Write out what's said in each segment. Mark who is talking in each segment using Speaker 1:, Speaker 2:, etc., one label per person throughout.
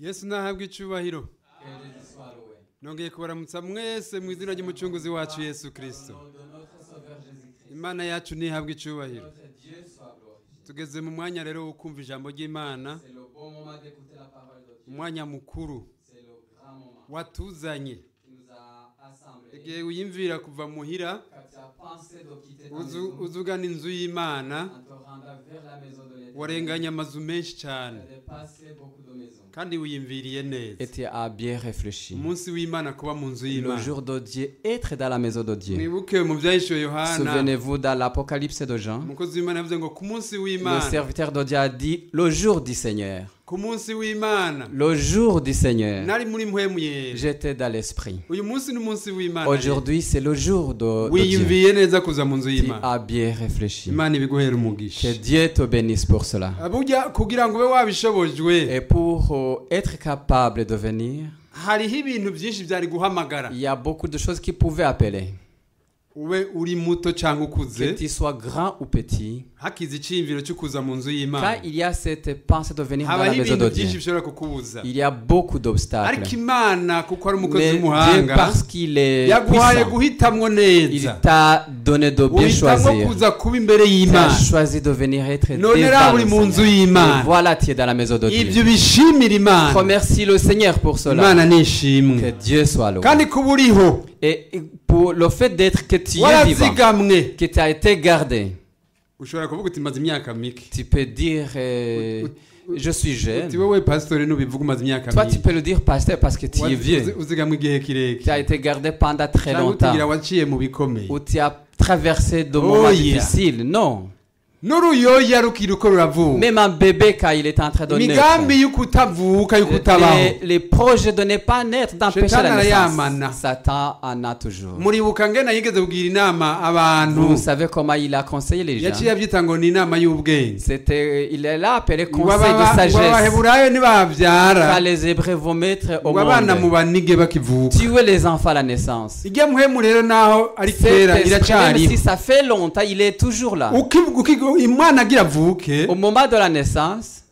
Speaker 1: yesu nahabwe icyubahiro
Speaker 2: Quelle histoire louée.
Speaker 1: nongeye kubaramutsa mwese mu izina ry'umucunguzi wacu yesu kirisito
Speaker 2: Au nom de notre Sauveur Jésus-Christ,
Speaker 1: imana yacu ntihabwe icyubahiro
Speaker 2: notre Dieu soit glorifié.
Speaker 1: tugeze mu mwanya rero wo kumva ijambo ry'imana
Speaker 2: C'est le bon moment d'écouter la parole de Dieu.
Speaker 1: umwanya mukuru
Speaker 2: C'est le grand moment
Speaker 1: watuzanye
Speaker 2: qui nous a
Speaker 1: igihe
Speaker 2: assemblés.
Speaker 1: uyimvira kuva muhira
Speaker 2: Quand tu as pensé de quitter ta
Speaker 1: uzu-
Speaker 2: maison,
Speaker 1: uza ugana inzu y'imana
Speaker 2: en te rendant vers la maison de l'Éternel,
Speaker 1: warenganya amazu menshi
Speaker 2: tu
Speaker 1: cyane
Speaker 2: as dépassé beaucoup de maisons.
Speaker 1: kandi wiyumviriye neza
Speaker 2: Et tu as bien réfléchi.
Speaker 1: umunsi w'imana kuba mu nzu
Speaker 2: Le
Speaker 1: y'imana
Speaker 2: jour de Dieu, être dans la maison de Dieu.
Speaker 1: mwibuke mu byahishuwe yohana
Speaker 2: Souvenez-vous dans l'Apocalypse de Jean.
Speaker 1: umukozi w'imana yavuze ngo ku munsi
Speaker 2: Le
Speaker 1: w'imana
Speaker 2: serviteur de Dieu a dit le jour du Seigneur.
Speaker 1: ku munsi w'imana
Speaker 2: Le jour du Seigneur.
Speaker 1: nari muri mpwemuyera
Speaker 2: J'étais dans l'esprit.
Speaker 1: uyu munsi ni umunsi w'imana
Speaker 2: Aujourd'hui, c'est le jour de, de Dieu.
Speaker 1: wiyumviye neza kuza mu nzu
Speaker 2: Tu
Speaker 1: y'imana
Speaker 2: as bien réfléchi.
Speaker 1: imana ibiguhera
Speaker 2: Que
Speaker 1: umugisha
Speaker 2: Dieu te bénisse pour cela.
Speaker 1: Burya kugira ngo ube wabishobojwe
Speaker 2: Et pour euh, être capable de venir,
Speaker 1: hariho ibintu byinshi byari guhamagara
Speaker 2: il y a beaucoup de choses qui pouvaient appeler.
Speaker 1: ube uri muto cyangwa
Speaker 2: Que
Speaker 1: ukuze
Speaker 2: tu sois grand ou petit,
Speaker 1: hakize icyiyumviro cyo kuza mu nzu
Speaker 2: quand
Speaker 1: y'imana
Speaker 2: il y a cette pensée de venir dans la
Speaker 1: habaho
Speaker 2: maison
Speaker 1: ibintu
Speaker 2: de
Speaker 1: byinshi
Speaker 2: Dieu,
Speaker 1: bishobora kukubuza
Speaker 2: il y a beaucoup d'obstacles.
Speaker 1: ariko imana kuko ari umukozi
Speaker 2: Mais Dieu,
Speaker 1: w'umuhanga
Speaker 2: parce qu'il est
Speaker 1: yaguhaye
Speaker 2: puissant,
Speaker 1: guhitamwo
Speaker 2: il
Speaker 1: neza
Speaker 2: t'a donné de bien
Speaker 1: uhitamo
Speaker 2: choisir.
Speaker 1: kuza kuba imbere
Speaker 2: Tu as
Speaker 1: y'imana
Speaker 2: choisi de venir être
Speaker 1: None
Speaker 2: devant
Speaker 1: uri mu
Speaker 2: le
Speaker 1: nzu
Speaker 2: Seigneur.
Speaker 1: y'Imana.
Speaker 2: Et voilà, tu es dans la maison de
Speaker 1: ibyo
Speaker 2: Dieu.
Speaker 1: bishimira imana
Speaker 2: Remercie le Seigneur pour cela.
Speaker 1: imana nishimwe
Speaker 2: Que Dieu soit loué.
Speaker 1: kandi kuba uriho
Speaker 2: Et et pour le fait d'être que tu es vivant,
Speaker 1: warazigamwe
Speaker 2: que tu as été gardé,
Speaker 1: ushobora kuvuga uti maze imyaka mike
Speaker 2: tu peux dire euh, je suis
Speaker 1: uti
Speaker 2: jeune.
Speaker 1: wowe pasitori nubivuga umaze imyaka
Speaker 2: Toi, tu
Speaker 1: mike
Speaker 2: peux le dire pasteur parce que tu es
Speaker 1: Wazi- uzi-
Speaker 2: vieux.
Speaker 1: uzigamwe igihe
Speaker 2: Tu as
Speaker 1: kirekire
Speaker 2: été gardé pendant très
Speaker 1: cyangwa utigira
Speaker 2: longtemps
Speaker 1: waciye mu bikomeye
Speaker 2: ou tu as traversé de
Speaker 1: Oh,
Speaker 2: moments
Speaker 1: yeah.
Speaker 2: difficiles. Non.
Speaker 1: n'uruyoya rukiri uko ruravuka
Speaker 2: Même un bébé, quand il est en train de naître,
Speaker 1: imigambi y'ukutavuka y'ukutabaho
Speaker 2: les, les projets de ne pas naître, d'empêcher
Speaker 1: Shetan
Speaker 2: la
Speaker 1: Arayamana.
Speaker 2: naissance, Satan en a toujours.
Speaker 1: muribuka ngena yigeze kugira inama
Speaker 2: Vous
Speaker 1: abantu
Speaker 2: savez comment il a conseillé les
Speaker 1: yaciye
Speaker 2: gens.
Speaker 1: abyita ngo ni inama y'ubwenge
Speaker 2: C'était, il est là appelé
Speaker 1: ngo
Speaker 2: conseil de
Speaker 1: ababa- ngo
Speaker 2: sagesse.
Speaker 1: abaheburayo
Speaker 2: Car
Speaker 1: nibabyara
Speaker 2: les Hébreux vont mettre au
Speaker 1: ngo abana
Speaker 2: monde.
Speaker 1: mubanige bakivuka
Speaker 2: Tuer les enfants à la naissance.
Speaker 1: ijya muhemu rero naho ari
Speaker 2: Cet
Speaker 1: kera
Speaker 2: esprit, même si
Speaker 1: iracyariho
Speaker 2: ça fait longtemps, il est toujours là.
Speaker 1: Ukivuga- ukigo- imwana agira avuke
Speaker 2: Au moment de la naissance,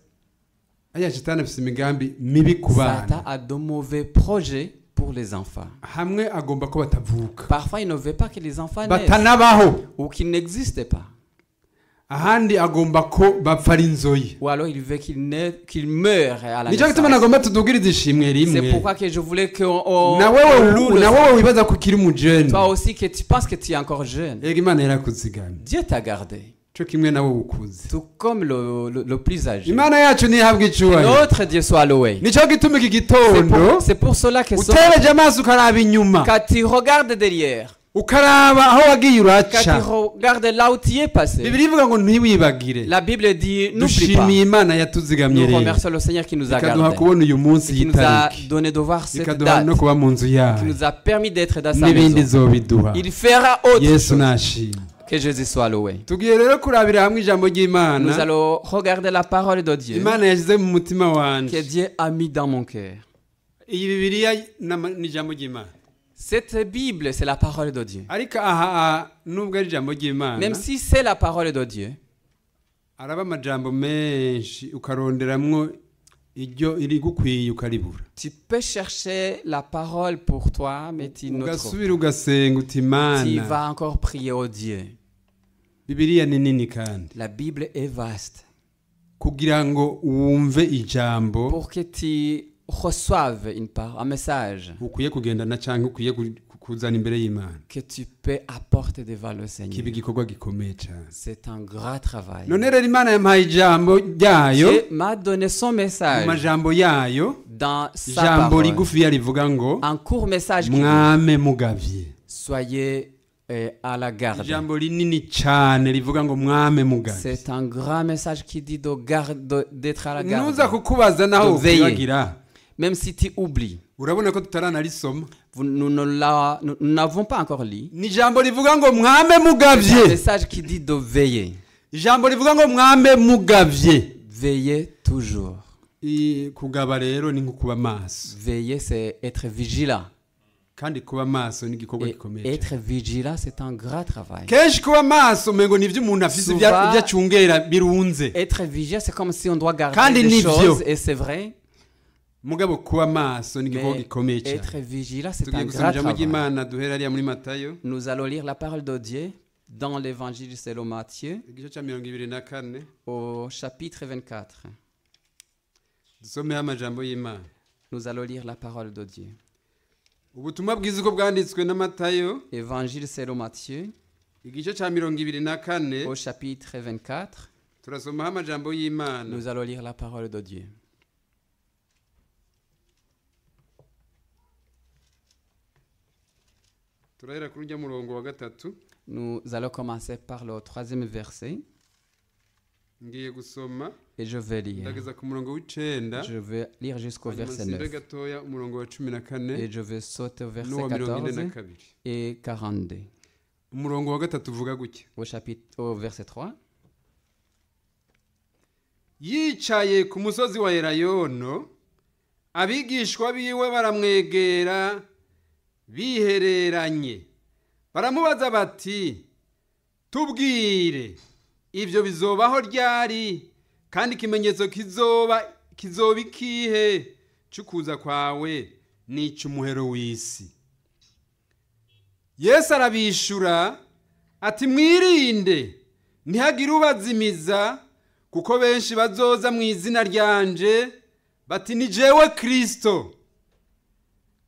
Speaker 1: ariya shitani afite imigambi mibi ku bana
Speaker 2: Satan a de mauvais projets pour les enfants.
Speaker 1: hamwe agomba ko batavuka
Speaker 2: Parfois, il ne veut pas que les enfants
Speaker 1: Bah,
Speaker 2: naissent
Speaker 1: batanabaho
Speaker 2: ou qu'ils n'existent pas.
Speaker 1: ahandi agomba ko bapfa ari inzoyi
Speaker 2: Ou alors, il veut qu'ils naissent- qu'ils meurent à la
Speaker 1: nicyo gituma
Speaker 2: naissance.
Speaker 1: nagomba tudugirize ishimwe
Speaker 2: C'est
Speaker 1: rimwe
Speaker 2: pourquoi que je voulais qu'on on-
Speaker 1: na
Speaker 2: on loue
Speaker 1: wowe
Speaker 2: le
Speaker 1: na wowe wibaza ko ukiri umujeni
Speaker 2: Toi aussi que tu penses que tu es encore jeune.
Speaker 1: ega imana yarakuzigamye
Speaker 2: Dieu t'a gardé,
Speaker 1: cyo kimwe nawe ukuze
Speaker 2: tout comme le, le, le plus âgé.
Speaker 1: imana yacu ntihabwe icyubahiro
Speaker 2: Notre Dieu soit loué.
Speaker 1: nicyo gituma iki
Speaker 2: C'est
Speaker 1: gitondo
Speaker 2: pour, c'est pour cela que ce-
Speaker 1: utereje amaso ukaraba inyuma
Speaker 2: quand tu regardes derrière,
Speaker 1: ukaraba aho wagiye
Speaker 2: quand tu
Speaker 1: uraca
Speaker 2: regardes là où tu es passé,
Speaker 1: bibiri ivuga ngo ntiwibagire
Speaker 2: la Bible dit n'oublie pas.
Speaker 1: dushimiye imana yatuzigamye
Speaker 2: Nous
Speaker 1: rero
Speaker 2: remercions le Seigneur qui nous a
Speaker 1: ikaduha
Speaker 2: gardés,
Speaker 1: kubona uyu munsi
Speaker 2: qui nous a
Speaker 1: y'itariki
Speaker 2: donné de voir cette
Speaker 1: ikaduha
Speaker 2: date,
Speaker 1: no kuba mu nzu
Speaker 2: qui
Speaker 1: yayo
Speaker 2: nous a permis d'être dans sa
Speaker 1: n'ibindi
Speaker 2: maison.
Speaker 1: zobiduha
Speaker 2: Il fera autre
Speaker 1: yesu
Speaker 2: chose.
Speaker 1: nashimwe
Speaker 2: Que Jésus soit loué.
Speaker 1: tugiye rero kurabira hamwe ijambo
Speaker 2: Nous
Speaker 1: ry'imana
Speaker 2: allons regarder la parole de Dieu
Speaker 1: imana yashyize mu mutima
Speaker 2: que
Speaker 1: wanjye
Speaker 2: Dieu a mis dans mon cœur.
Speaker 1: iyi bibiriya ni ama- ni ijambo ry'imana
Speaker 2: Cette Bible, c'est la parole de Dieu.
Speaker 1: ariko aha aha nubwo ari ijambo ry'imana
Speaker 2: Même si c'est la parole de Dieu,
Speaker 1: araba amajambo menshi ukaronderamwo iryo irigukwiye ukaribura
Speaker 2: tu peux chercher la parole pour toi, mais tu ne trouves
Speaker 1: ugasubira ugasenga uti
Speaker 2: pas. Tu
Speaker 1: imana
Speaker 2: vas encore prier au Dieu.
Speaker 1: bibiriya ni nini kandi
Speaker 2: La Bible est vaste
Speaker 1: kugira ngo wumve ijambo
Speaker 2: pour que tu reçoives une par- un message
Speaker 1: ukwiye kugendana cyangwa ukwiye ku- kuzana imbere y'imana
Speaker 2: que tu peux apporter devant le
Speaker 1: kiba
Speaker 2: Seigneur.
Speaker 1: igikorwa gikomeye cyane
Speaker 2: C'est un grand travail.
Speaker 1: none rero imana yamuhaye ijambo ryayo
Speaker 2: Dieu m'a donné son
Speaker 1: mu
Speaker 2: message
Speaker 1: majambo yayo
Speaker 2: dans sa
Speaker 1: ijambo
Speaker 2: parole.
Speaker 1: rigufiya rivuga ngo
Speaker 2: Un court message qui dit,
Speaker 1: mwame mugabye
Speaker 2: soyez euh, à la garde.
Speaker 1: ijambo rinini cyane rivuga ngo mwame mugabye
Speaker 2: C'est un grand message qui dit de garde- de- d'être à la garde.
Speaker 1: nuza kukubaza naho
Speaker 2: Tuveye.
Speaker 1: ukwibagira
Speaker 2: Même si tu oublies,
Speaker 1: urabona ko tutaranarisoma
Speaker 2: vous- nous ne la- nous- nous n'avons pas encore lu.
Speaker 1: ni ijambo rivuga ngo mwame
Speaker 2: C'est un
Speaker 1: mugabye
Speaker 2: message qui dit de veiller.
Speaker 1: ijambo rivuga ngo mwame mugabye
Speaker 2: Veiller toujours.
Speaker 1: I- kugaba rero ni nko kuba maso
Speaker 2: Veiller, c'est être vigilant.
Speaker 1: kandi kuba maso ni igikorwa
Speaker 2: Et
Speaker 1: gikomeye cyane.
Speaker 2: être vigilant, c'est un grand travail.
Speaker 1: kenshi kuba maso umengo ni ibyo umuntu afise ibyo
Speaker 2: Suba- Eh,
Speaker 1: ibyo acungera birunze
Speaker 2: Être vigilant, c'est comme si on doit
Speaker 1: Kandi
Speaker 2: garder
Speaker 1: ni
Speaker 2: les
Speaker 1: vyo.
Speaker 2: choses, et c'est vrai.
Speaker 1: mugabo kuba amaso ni igikorwa
Speaker 2: Mais
Speaker 1: gikomeye cyane
Speaker 2: être vigilant, c'est
Speaker 1: tugiye
Speaker 2: un
Speaker 1: gusoma
Speaker 2: grand
Speaker 1: ijambo
Speaker 2: travail.
Speaker 1: ry'imana duhera hariya muri matayo
Speaker 2: Nous allons lire la parole de Dieu dans l'évangile selon Matthieu
Speaker 1: igice cya mirongo ibiri na kane
Speaker 2: au chapitre 24.
Speaker 1: dusomeho amajambo y'imana
Speaker 2: Nous allons lire la parole de Dieu.
Speaker 1: ubutumwa bwiza uko bwanditswe na matayo
Speaker 2: Évangile selon Matthieu
Speaker 1: igice cya mirongo ibiri na kane
Speaker 2: au chapitre 24.
Speaker 1: turasomaho amajambo y'imana
Speaker 2: Nous allons lire la parole de Dieu.
Speaker 1: turahera kuri urya murongo wa gatatu
Speaker 2: Nous allons commencer par le troisième verset
Speaker 1: ngiye gusoma
Speaker 2: et je vais lire.
Speaker 1: ndageza ku murongo w'icenda
Speaker 2: Je vais lire jusqu'au
Speaker 1: hanyuma
Speaker 2: verset
Speaker 1: nsinde
Speaker 2: 9
Speaker 1: gatoya umurongo wa cumi na kane
Speaker 2: et je vais sauter au verset
Speaker 1: n'uwa mirongo ine
Speaker 2: 14
Speaker 1: na kabiri
Speaker 2: et 42.
Speaker 1: umurongo wa gatatu uvuga gutya
Speaker 2: Au, chapitre, au verset 3.
Speaker 1: yicaye ku musozi wa elayono abigishwa biwe baramwegera bihereranye baramubaza bati tubwire ibyo bizobaho ryari kandi ikimenyetso kizoba kizoba ikihe cy'ukuza kwawe n'icy'umuhero w'isi yesu arabishura ati mwirinde ntihagire ubazimiza kuko benshi bazoza mu izina ryanje bati ni jewe kirisito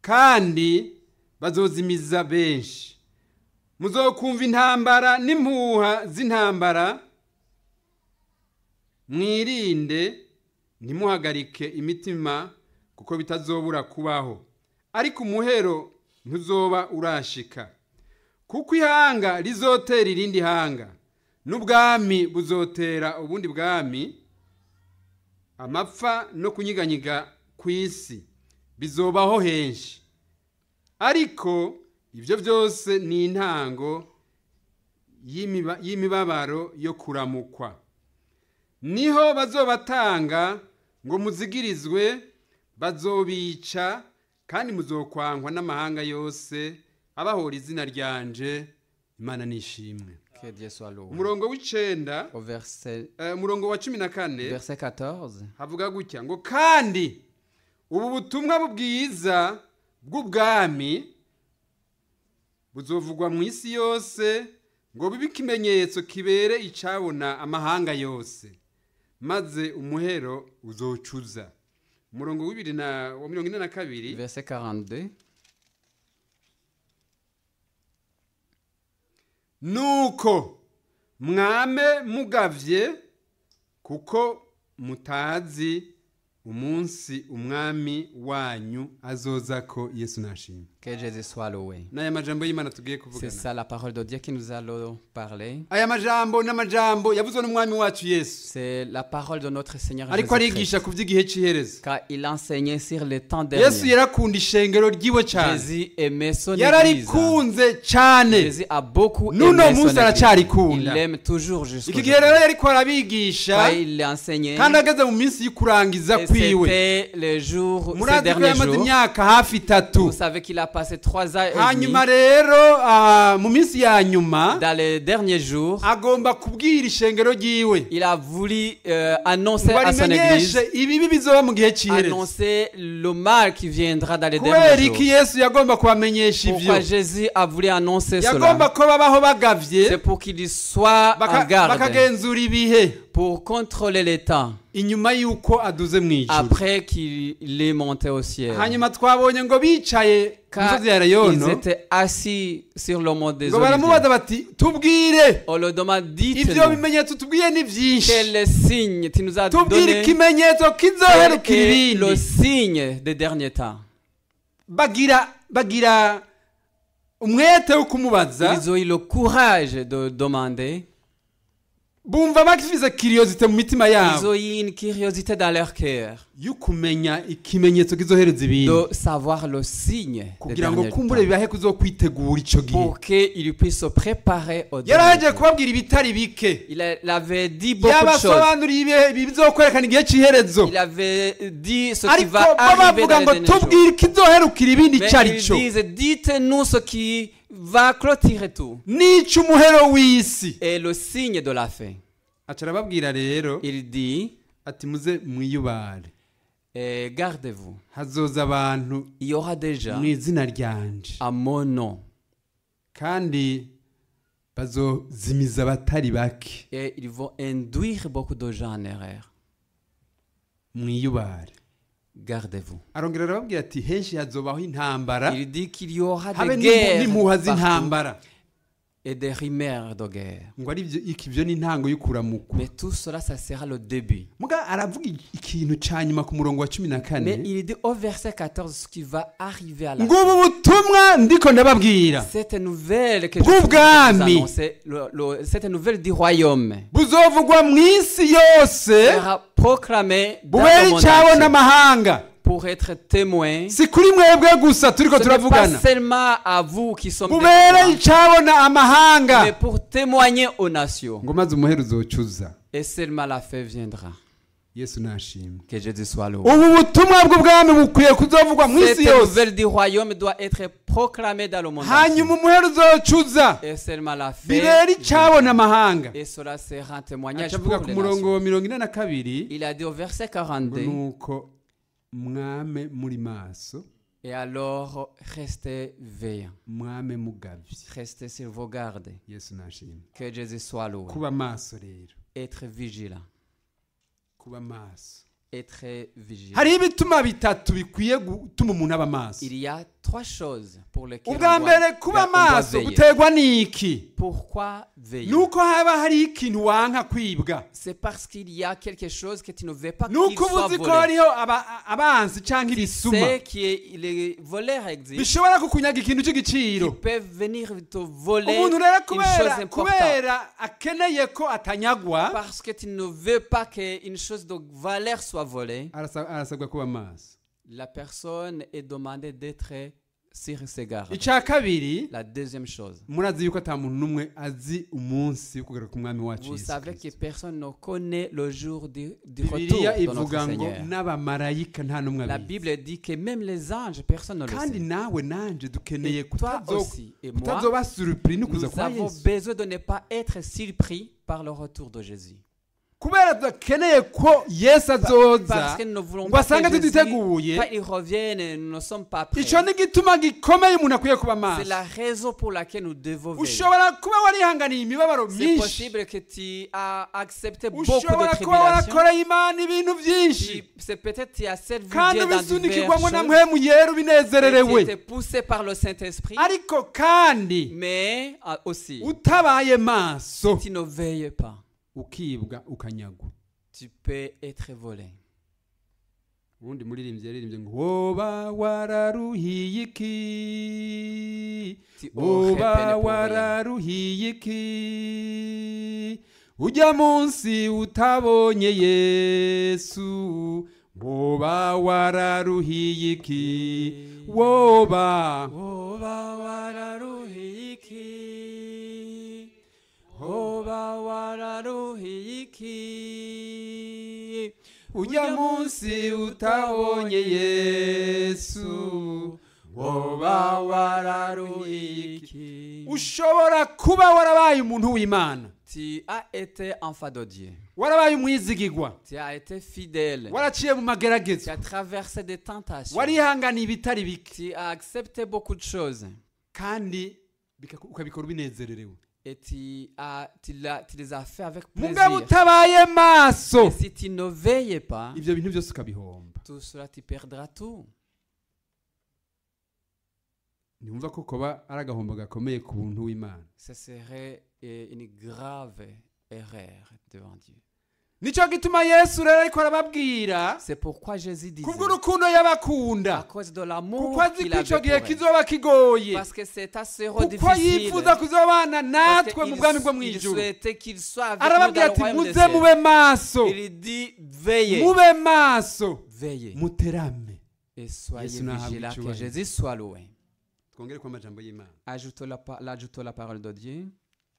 Speaker 1: kandi bazozimiza benshi muzokumva intambara n'impuha z'intambara mwirinde ntimuhagarike imitima kuko bitazobura kubaho ariko umuhero ntuzoba urashika kuko ihanga rizotera irindi hanga n'ubwami buzotera ubundi bwami amapfa no kunyiganyiga ku isi bizobaho henshi ariko ibyo byose ni intango y'imiba- y'imibabaro yo kuramukwa niho bazobatanga ngo muzigirizwe bazobica kandi muzokwangwa n'amahanga yose abahora izina ryanje imana nishimwe
Speaker 2: Que Dieu soit loué.
Speaker 1: umurongo w'icenda
Speaker 2: Au verset,
Speaker 1: eh, umurongo wa cumi na kane
Speaker 2: verset 14.
Speaker 1: havuga gutya ngo kandi ubu butumwa bwiza bw'ubwami buzovugwa mu isi yose ngo bibe ikimenyetso kibere icabona amahanga yose maze umuhero uzocuza umurongo w'ibiri na wa mirongo ine na kabiri
Speaker 2: Verset 42.
Speaker 1: nuko mwame mugavye kuko mutazi umunsi umwami wanyu azoza ko yesu nashimye
Speaker 2: Que Jésus soit loué.
Speaker 1: n'aya majambo y'imana tugiye
Speaker 2: C'est
Speaker 1: kuvugana
Speaker 2: ça la parole de Dieu que nous allons parler.
Speaker 1: aya majambo n'amajambo yavuzwe n'umwami wacu yesu
Speaker 2: C'est la parole de notre Seigneur
Speaker 1: ariko
Speaker 2: Jésus-Christ.
Speaker 1: arigisha ku by'igihe cy'iherezo
Speaker 2: Car il enseignait sur le temps
Speaker 1: yesu
Speaker 2: dernier.
Speaker 1: yarakunda ishengero ryiwe cyane
Speaker 2: Jésus aimait son église.
Speaker 1: yararikunze cyane
Speaker 2: Jésus a beaucoup
Speaker 1: Nous, nos
Speaker 2: aimé son
Speaker 1: moussa, la chari
Speaker 2: église.
Speaker 1: kunda.
Speaker 2: Il aime toujours jusqu'au
Speaker 1: iki gihe rero yariko arabigisha
Speaker 2: Car il l'enseignait.
Speaker 1: kandi ageze mu minsi y'ukurangiza
Speaker 2: Et
Speaker 1: kwiwe
Speaker 2: c'était les jours, ces
Speaker 1: murazi ko
Speaker 2: derniers
Speaker 1: yamaze
Speaker 2: jours.
Speaker 1: imyaka hafi
Speaker 2: Vous
Speaker 1: itatu
Speaker 2: savez qu'il a passé trois ans et demi.
Speaker 1: hanyuma rero ah, mu minsi ya nyuma
Speaker 2: Dans les derniers jours,
Speaker 1: agomba kubwira ishengero ryiwe
Speaker 2: il a voulu euh, annoncer
Speaker 1: ngo
Speaker 2: à son église,
Speaker 1: arimenyeshe ibibi bizoba mu gihe cy'iherezo
Speaker 2: annoncer le mal qui viendra dans les
Speaker 1: kubera
Speaker 2: derniers jours.
Speaker 1: iki yesu yagomba kubamenyesha ibyo
Speaker 2: Pourquoi Jésus a voulu annoncer
Speaker 1: yagomba
Speaker 2: cela
Speaker 1: ko babaho
Speaker 2: C'est
Speaker 1: bagavye
Speaker 2: pour qu'ils soient
Speaker 1: baka-
Speaker 2: en garde,
Speaker 1: bakagenzura ibihe
Speaker 2: pour contrôler les temps,
Speaker 1: inyuma y'uko aduze mu ijuru
Speaker 2: après qu'il est monté au ciel.
Speaker 1: hanyuma twabonye ngo bicaye ku
Speaker 2: Car
Speaker 1: misozi ya
Speaker 2: ils
Speaker 1: rayono
Speaker 2: étaient assis sur le mont des
Speaker 1: ngo
Speaker 2: Oliviers. Oh,
Speaker 1: baramubaza bati tubwire
Speaker 2: On leur demande,
Speaker 1: ibyo
Speaker 2: dites-nous,
Speaker 1: bimenyetso tubwiye ni byinshi
Speaker 2: quel signe tu nous as
Speaker 1: tubwire
Speaker 2: donné
Speaker 1: ikimenyetso kizoherukira
Speaker 2: quel est le
Speaker 1: ibindi
Speaker 2: signe des derniers temps
Speaker 1: bagira bagira umwete wo kumubaza
Speaker 2: Ils ont eu le courage de demander.
Speaker 1: bumva bakifiza kiriyozite mu mitima
Speaker 2: Ils
Speaker 1: yabo
Speaker 2: ont eu une curiosité dans leur cœur
Speaker 1: yo kumenya ikimenyetso kizohereza ibindi
Speaker 2: de savoir le signe des
Speaker 1: kugira ngo
Speaker 2: derniers temps.
Speaker 1: kumbure bibahe kuzokwitegura ico gihe
Speaker 2: pour qu'il puisse se préparer au
Speaker 1: yari
Speaker 2: dernier
Speaker 1: aje
Speaker 2: jour.
Speaker 1: kubabwira ibitari bike
Speaker 2: Il a- il avait dit beaucoup de choses.
Speaker 1: yabasobanuriye ibihe- ibi bizokwerekana igihe cy'iherezo
Speaker 2: Il avait dit ce qui
Speaker 1: ariko
Speaker 2: va
Speaker 1: babavuga
Speaker 2: arriver dans les
Speaker 1: ngo
Speaker 2: derniers jours.
Speaker 1: tubwire ikizoherukira ibindi
Speaker 2: Mais
Speaker 1: ico ari
Speaker 2: ils
Speaker 1: cyo
Speaker 2: disent, dites-nous ce qui va clôturer tout.
Speaker 1: n'ic'umuhero w'isi
Speaker 2: Et le signe de la fin.
Speaker 1: aca arababwira rero
Speaker 2: Il dit,
Speaker 1: ati muze mwiyubare
Speaker 2: Et gardez-vous.
Speaker 1: hazoza abantu
Speaker 2: Il y aura déjà
Speaker 1: mu izina ryanje
Speaker 2: à mon nom
Speaker 1: kandi bazozimiza abatari bake
Speaker 2: et ils vont induire beaucoup de gens en erreur.
Speaker 1: mwiyubare
Speaker 2: Gardez-vous.
Speaker 1: arongera arababwira ati henshi hazobaho intambara
Speaker 2: Il dit qu'il y aura
Speaker 1: habe
Speaker 2: des
Speaker 1: n'impu- n'impuha
Speaker 2: guerres partout
Speaker 1: z'intambara
Speaker 2: et des rumeurs de guerre.
Speaker 1: ngo ari byo iki byo ni intango y'ukuramuko
Speaker 2: Mais tout cela, ça sera le début.
Speaker 1: muga aravuga i- ikintu cya nyuma ku murongo wa cumi na
Speaker 2: Mais
Speaker 1: kane
Speaker 2: il dit au verset 14 ce qui va arriver à la fin.
Speaker 1: ngubu butumwa ndiko ndababwira
Speaker 2: Cette nouvelle que je
Speaker 1: Bw'ubwami.
Speaker 2: vous annoncer, le- le- cette nouvelle du royaume
Speaker 1: buzovugwa mu isi yose
Speaker 2: sera proclamée dans le
Speaker 1: bubere
Speaker 2: monde
Speaker 1: icyawe
Speaker 2: entier
Speaker 1: n'amahanga
Speaker 2: pour être témoin.
Speaker 1: si kuri mwebwe gusa turiko
Speaker 2: Ce n'est pas
Speaker 1: turavugana
Speaker 2: seulement à vous qui sommes des
Speaker 1: bubere
Speaker 2: rois,
Speaker 1: icyawe n'amahanga
Speaker 2: mais pour témoigner aux nations.
Speaker 1: ngo maze umuhero uzocuza
Speaker 2: Et seulement la fin viendra.
Speaker 1: yesu nashimwe
Speaker 2: Que Jésus soit loué.
Speaker 1: ubu butumwa bw'ubwami bukwiye kuzavugwa mu isi
Speaker 2: Cette
Speaker 1: yose
Speaker 2: nouvelle du royaume doit être proclamée dans le monde entier.
Speaker 1: hanyuma umuhero uzocuza
Speaker 2: Et seulement la fin.
Speaker 1: bibere
Speaker 2: viendra.
Speaker 1: icyawe n'amahanga
Speaker 2: Et cela sera un témoignage
Speaker 1: acavuga
Speaker 2: pour
Speaker 1: ku
Speaker 2: les
Speaker 1: murongo
Speaker 2: nations.
Speaker 1: wa mirongo ine na kabiri
Speaker 2: Il a dit au verset
Speaker 1: ngo
Speaker 2: 42,
Speaker 1: ni uko mwame muri maso
Speaker 2: et alors restez veillants,
Speaker 1: mwame mugabye
Speaker 2: restez sur vos gardes,
Speaker 1: yesu nashimwe
Speaker 2: que Jésus soit loué.
Speaker 1: kuba maso rero
Speaker 2: Être vigilant,
Speaker 1: kuba maso
Speaker 2: être vigilant.
Speaker 1: hariho ibituma bitatu bikwiye gutuma umuntu aba maso
Speaker 2: Il y a trois choses pour lesquelles on
Speaker 1: ubwa
Speaker 2: doit,
Speaker 1: mbere kuba
Speaker 2: on doit
Speaker 1: maso
Speaker 2: veiller.
Speaker 1: guterwa n'iki
Speaker 2: Pourquoi veiller
Speaker 1: ni uko haba hariho ikintu wanka kwibwa
Speaker 2: C'est parce qu'il y a quelque chose que tu ne veux pas
Speaker 1: ni
Speaker 2: qu'il
Speaker 1: uko uba
Speaker 2: soit
Speaker 1: uzi ko
Speaker 2: volé.
Speaker 1: hariho aba- abanzi cyangwa ibisuma
Speaker 2: C'est que les voleurs existent.
Speaker 1: bishobora kukunyaga ikintu cy'igiciro
Speaker 2: Ils peuvent venir te voler
Speaker 1: umuntu rero
Speaker 2: une chose
Speaker 1: kubera
Speaker 2: importante.
Speaker 1: kubera akeneye ko atanyagwa
Speaker 2: Parce que tu ne veux pas qu'une chose de valeur soit volée,
Speaker 1: arasa- arasabwa kuba maso
Speaker 2: la personne est demandée d'être sur ses gardes.
Speaker 1: icya kabiri
Speaker 2: La deuxième chose,
Speaker 1: murazi yuko ata muntu n'umwe azi umunsi wo kugaruka umwami wacu
Speaker 2: vous
Speaker 1: Yesu
Speaker 2: savez que
Speaker 1: Kristo.
Speaker 2: personne ne connaît le jour du, du retour
Speaker 1: bibiliya
Speaker 2: de notre
Speaker 1: ivuga ngo
Speaker 2: Seigneur.
Speaker 1: n'abamarayika nta n'umwe
Speaker 2: La
Speaker 1: abizi
Speaker 2: Bible dit que même les anges, personne ne le
Speaker 1: kandi
Speaker 2: sait.
Speaker 1: nawe nanjye dukeneye
Speaker 2: Et toi
Speaker 1: kutazo-
Speaker 2: aussi, et moi,
Speaker 1: kutazoba surupiri no kuza
Speaker 2: Nous
Speaker 1: kwa
Speaker 2: avons
Speaker 1: yesu
Speaker 2: besoin de ne pas être surpris par le retour de Jésus.
Speaker 1: kubera dukeneye ko yesu
Speaker 2: Parce
Speaker 1: azoza
Speaker 2: que nous ne voulons
Speaker 1: ngo
Speaker 2: pas
Speaker 1: asange
Speaker 2: que Jésus,
Speaker 1: tutiteguye
Speaker 2: quand il revienne, nous ne sommes pas prêts.
Speaker 1: icyo ni igituma gikomeye umuntu akwiye kuba
Speaker 2: C'est la
Speaker 1: maso
Speaker 2: raison pour laquelle nous devons veiller.
Speaker 1: ushobora kuba warihanganiye imibabaro
Speaker 2: C'est
Speaker 1: myinshi
Speaker 2: possible que tu as accepté beaucoup
Speaker 1: ushobora kuba
Speaker 2: de tribulations.
Speaker 1: warakoreye imana ibintu byinshi
Speaker 2: Tu- C'est peut-être tu as servi
Speaker 1: kandi
Speaker 2: Dieu dans
Speaker 1: ubisunikirwa ngo na
Speaker 2: diverses choses.
Speaker 1: mpemu yera ubinezererewe
Speaker 2: Et tu étais poussé par le Saint-Esprit.
Speaker 1: ariko kandi
Speaker 2: Mais euh, aussi,
Speaker 1: utabaye maso
Speaker 2: tu ne veilles pas.
Speaker 1: ukibwa ukanyagwa
Speaker 2: Tu peux être volé.
Speaker 1: ubundi muririmbyi yaririmbye ngo woba wararuhiye iki
Speaker 2: Tu
Speaker 1: Oh,
Speaker 2: aurais peine
Speaker 1: woba
Speaker 2: pour rien.
Speaker 1: wararuhiye iki ujya munsi utabonye yesu woba wararuhiye iki woba
Speaker 2: Oba wararuhiki Oba wararuhiki
Speaker 1: ujya munsi utabonye yesu woba wararuhiki ushobora kuba warabaye umuntu w'imana
Speaker 2: Tu as été enfant de Dieu.
Speaker 1: warabaye umwizigigwa
Speaker 2: Tu as été fidèle.
Speaker 1: waraciye mu
Speaker 2: Tu
Speaker 1: mageragezo
Speaker 2: as traversé des tentations.
Speaker 1: warihanganiye ibitari bike
Speaker 2: Tu as accepté beaucoup de choses.
Speaker 1: kandi bikaku- ukabikora ubinezererewe
Speaker 2: Et tu, as, tu, l'as- tu les as fait avec
Speaker 1: mugabo
Speaker 2: plaisir.
Speaker 1: utabaye
Speaker 2: Et
Speaker 1: maso
Speaker 2: si tu ne veilles pas,
Speaker 1: ibyo bintu byose ukabihomba
Speaker 2: tout cela, tu perdras tout.
Speaker 1: ntiwumva ko kuba ari agahombo gakomeye ku buntu w'imana
Speaker 2: ce serait euh, une grave erreur devant Dieu.
Speaker 1: nicyo gituma yesu rero ariko arababwira
Speaker 2: C'est pourquoi Jésus disait,
Speaker 1: kubw'urukundo
Speaker 2: à
Speaker 1: yabakunda
Speaker 2: cause de
Speaker 1: kuko
Speaker 2: l'amour
Speaker 1: azi
Speaker 2: qu'il
Speaker 1: ko icyo
Speaker 2: avait
Speaker 1: gihe
Speaker 2: pour elle,
Speaker 1: kizoba kigoye
Speaker 2: parce que c'est assez
Speaker 1: kuko
Speaker 2: difficile,
Speaker 1: yifuza kuzabana
Speaker 2: parce
Speaker 1: natwe mu bwami bwo mu
Speaker 2: qu'il il
Speaker 1: ijuru
Speaker 2: souhaitait qu'il soit avec nous
Speaker 1: arababwira
Speaker 2: dans
Speaker 1: ati
Speaker 2: le royaume des
Speaker 1: muze
Speaker 2: cieux.
Speaker 1: mube maso
Speaker 2: Il dit, veillez,
Speaker 1: mube maso
Speaker 2: veillez,
Speaker 1: muterame
Speaker 2: et soyez
Speaker 1: Yesu n'ahabwe
Speaker 2: vigilants, que
Speaker 1: icyubahiro.
Speaker 2: Jésus soit loué.
Speaker 1: twongere kuba amajambo y'imana
Speaker 2: Ajoutons la, pa- l'ajoutons la parole de Dieu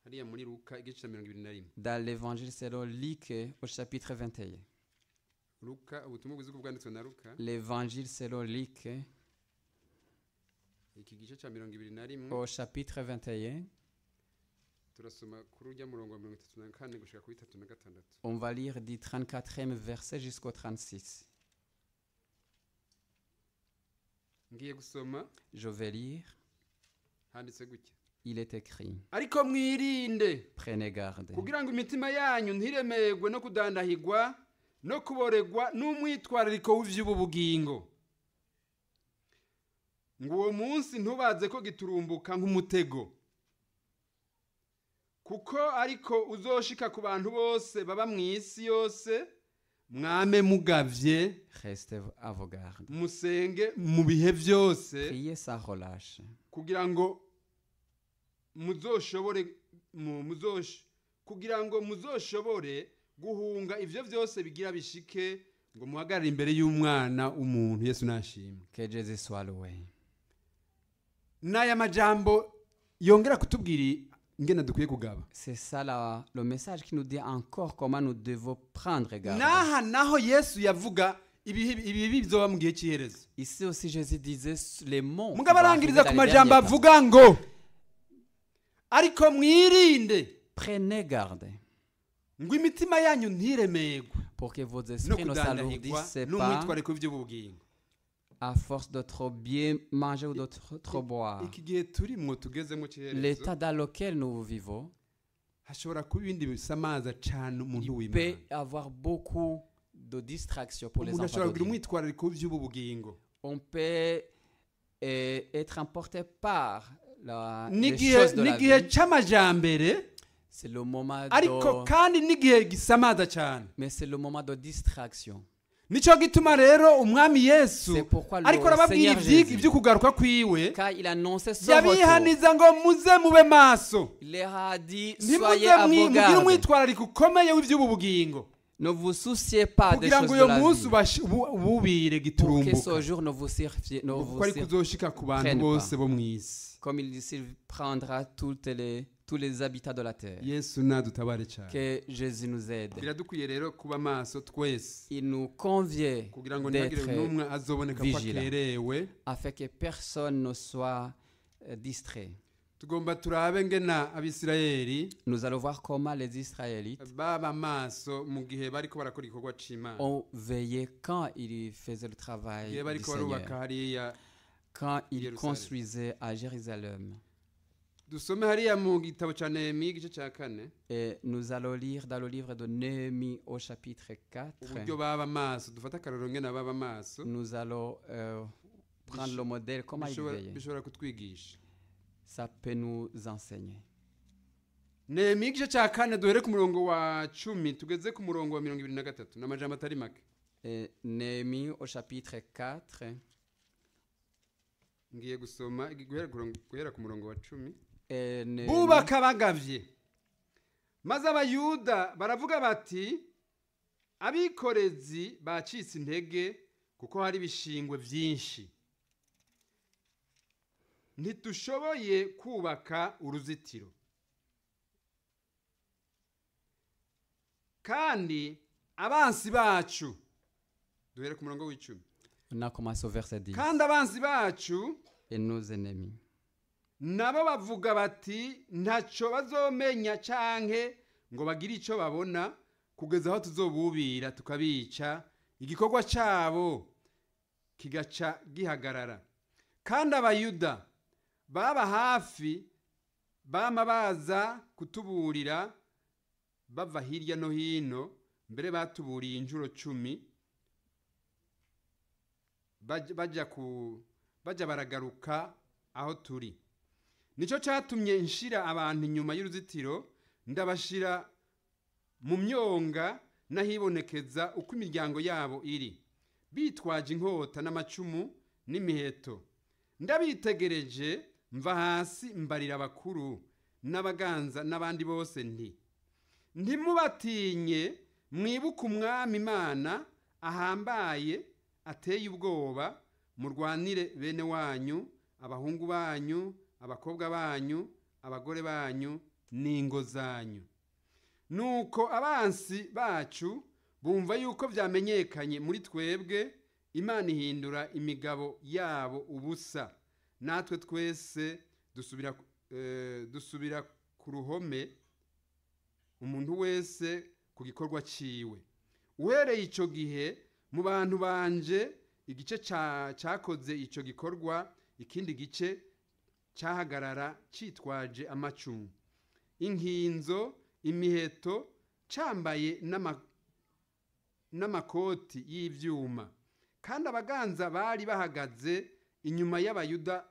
Speaker 1: hariya muri luka igice cya mirongo ibiri na rimwe
Speaker 2: dans l'évangile selon Luc au chapitre 21.
Speaker 1: luka ubutumwa bwiza uko bwanditswe na luka
Speaker 2: L'évangile selon Luc hein.
Speaker 1: iki gice cya mirongo ibiri na rimwe
Speaker 2: au chapitre 21.
Speaker 1: turasoma kuri ujya murongo wa mirongo itatu na kane gushika kuri itatu na gatandatu
Speaker 2: On va lire du 34e verset jusqu'au 36.
Speaker 1: ngiye gusoma
Speaker 2: Je vais lire.
Speaker 1: handitse gutya
Speaker 2: Il est écrit
Speaker 1: ariko mwirinde
Speaker 2: Prenez garde
Speaker 1: kugira ngo imitima yanyu ntiremerwe no kudandahigwa no kuboregwa n'umwitwarariko w'iby'ubu bugingo ngo uwo munsi ntubaze ko giturumbuka nk'umutego kuko ariko uzoshika ku bantu bose baba mu isi yose mwame mugabye
Speaker 2: Restez à vos gardes.
Speaker 1: musenge mu bihe byose
Speaker 2: Priez sans relâche.
Speaker 1: kugira ngo muzoshobore mu- muzosh- kugira ngo muzoshobore guhunga ibyo byose bigira bishike ngo muhagarare imbere y'umwana w'umuntu yesu nashimwe
Speaker 2: Que Jésus soit loué.
Speaker 1: n'aya majambo yongera kutubwira ingene dukwiye kugaba
Speaker 2: C'est ça la- le message qui nous dit encore comment nous devons prendre garde.
Speaker 1: n'aha naho yesu yavuga ibibi ibibi bizoba mu gihe cy'iherezo
Speaker 2: Ici aussi, Jésus disait s- les mots. qui
Speaker 1: mugabo
Speaker 2: vont
Speaker 1: arangiriza ku
Speaker 2: arriver dans les
Speaker 1: majambo
Speaker 2: derniers temps.
Speaker 1: avuga ngo ariko mwirinde
Speaker 2: Prenez garde
Speaker 1: ngo imitima yanyu ntiremerwe
Speaker 2: pour que vos
Speaker 1: no
Speaker 2: esprits ne
Speaker 1: kudandahigwa
Speaker 2: s'alourdissent pas
Speaker 1: n'umwitwariko w'iby'ubugingo
Speaker 2: à force de trop bien manger ou de trop, trop boire.
Speaker 1: iki gihe turimo tugezemo
Speaker 2: Ah.
Speaker 1: cy'iherezo
Speaker 2: L'état dans lequel nous vivons
Speaker 1: hashobora kuba ibindi bisamaza cyane umuntu
Speaker 2: peut
Speaker 1: w'imana
Speaker 2: avoir beaucoup de distractions pour les
Speaker 1: umuntu
Speaker 2: enfants.
Speaker 1: ashobora
Speaker 2: de
Speaker 1: kugira
Speaker 2: Dieu.
Speaker 1: umwitwarariko w'iby'ubugingo
Speaker 2: On peut euh, être emporté par la, Ah, les
Speaker 1: n'igihe
Speaker 2: choses de la
Speaker 1: n'igihe
Speaker 2: vie.
Speaker 1: cy'amajambere
Speaker 2: C'est le moment
Speaker 1: ariko
Speaker 2: de...
Speaker 1: kandi n'igihe gisamaza cyane
Speaker 2: Mais c'est le moment de distraction.
Speaker 1: nicyo gituma rero umwami yesu
Speaker 2: C'est pourquoi le
Speaker 1: ariko arababwira
Speaker 2: Seigneur
Speaker 1: ibyi-
Speaker 2: Jésus-
Speaker 1: iby'ukugaruka kwiwe
Speaker 2: Car il annonçait son retour.
Speaker 1: yabihaniza ngo muze mube maso
Speaker 2: Il leur a dit, soyez
Speaker 1: ntimuze
Speaker 2: à
Speaker 1: mwi-
Speaker 2: vos
Speaker 1: mugire
Speaker 2: gardes.
Speaker 1: umwitwarariko ukomeye w'iby'ubugingo
Speaker 2: Ne vous souciez pas Ah, des
Speaker 1: kugira
Speaker 2: choses
Speaker 1: ngo
Speaker 2: de
Speaker 1: uyu
Speaker 2: la
Speaker 1: munsi
Speaker 2: vie.
Speaker 1: ubash- ubu- ububire
Speaker 2: Pour que
Speaker 1: giturumbuka
Speaker 2: ce jour ne vous sirfie- ne
Speaker 1: kuko
Speaker 2: vous
Speaker 1: ariko
Speaker 2: sir-
Speaker 1: uzoshika ku bantu
Speaker 2: Prenne
Speaker 1: bose
Speaker 2: pas.
Speaker 1: bo mu isi
Speaker 2: Comme il dit, il prendra toutes les, tous les habitats de la terre.
Speaker 1: yesu nadutabare cyane
Speaker 2: Que Jésus nous aide.
Speaker 1: biradukwiye rero kuba maso twese
Speaker 2: Il nous convient
Speaker 1: kugira ngo ntihagire
Speaker 2: d'être
Speaker 1: n'umwe azoboneka ko
Speaker 2: vigilant.
Speaker 1: akerewe
Speaker 2: afin que personne ne soit euh, distrait.
Speaker 1: tugomba turabe ngena abisirayeli
Speaker 2: Nous allons voir comment les Israélites
Speaker 1: baba maso mu gihe bariko barakora igikorwa c'imana
Speaker 2: ont veillé quand ils faisaient le travail
Speaker 1: igihe
Speaker 2: du
Speaker 1: bariko barubaka
Speaker 2: Seigneur,
Speaker 1: hariya
Speaker 2: quand ils
Speaker 1: Jérusalem.
Speaker 2: construisaient à Jérusalem.
Speaker 1: dusome hariya mu gitabo ca nehemiya igice ca kane
Speaker 2: Et nous allons lire dans le livre de Néhémie au chapitre 4.
Speaker 1: uburyo baba maso dufata akarorero ngena baba maso
Speaker 2: Nous allons euh, prendre le modèle, comment ils
Speaker 1: bishobora-
Speaker 2: veillaient.
Speaker 1: bishobora kutwigisha
Speaker 2: Ça peut nous enseigner.
Speaker 1: nehemiya igice cya kane duhere ku murongo wa cumi tugeze ku murongo wa mirongo ibiri na gatatu ni amajambo atari make
Speaker 2: Et Néhémie au chapitre 4,
Speaker 1: ngiye gusoma igi- guhera ku murongo- guhera ku murongo wa cumi
Speaker 2: et Néhémie-
Speaker 1: bubaka bagavye maze abayuda baravuga bati abikorezi bacitse intege kuko hari ibishingwe byinshi ntidushoboye kubaka uruzitiro kandi abansi bacu duhere ku murongo w'icumi
Speaker 2: on a commencé au verset 10.
Speaker 1: kandi abansi bacu
Speaker 2: Et nos ennemis.
Speaker 1: nabo bavuga bati ntacyo bazomenya canke ngo bagire icyo babona kugeza aho tuzobubira tukabica igikorwa cyabo kigaca gihagarara kandi abayuda baba hafi bama baza kutuburira bava hirya no hino mbere batuburiye inshuro cumi baj- bajya ku bajya baragaruka aho turi nicyo cyatumye nshira abantu inyuma y'uruzitiro ndabashira mu myonga n'ahibonekeza uko imiryango yabo iri bitwaje inkota n'amacumu n'imiheto ndabitegereje mva hasi mbarira abakuru n'abaganza n'abandi bose nti ntimubatinye mwibuke umwami imana ahambaye ateye ubwoba murwanire bene wanyu abahungu banyu abakobwa banyu abagore banyu n'ingo zanyu nuko abansi bacu bumva yuko byamenyekanye muri twebwe imana ihindura imigabo yabo ubusa natwe twese dusubira eh, dusubira ku ruhome umuntu wese ku gikorwa cyiwe uhereye icyo gihe mu bantu banje igice ca- cakoze icyo gikorwa ikindi gice cyahagarara cyitwaje amacumu inkinzo imiheto cyambaye n'ama- n'amakoti y'ibyuma kandi abaganza bari bahagaze inyuma y'abayuda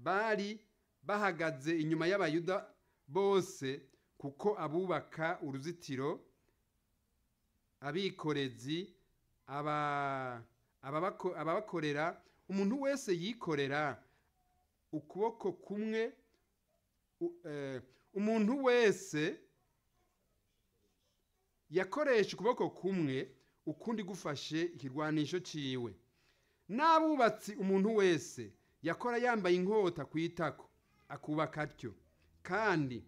Speaker 1: bari bahagaze inyuma y'abayuda bose kuko abubaka uruzitiro abikorezi aba- ababako- ababakorera umuntu wese yikorera ukuboko kumwe u- eh, umuntu wese yakoresha ukuboko kumwe ukundi gufashe ikirwanisho ciwe n'abubatsi umuntu wese yakora yambaye inkota ku itako akubaka atyo kandi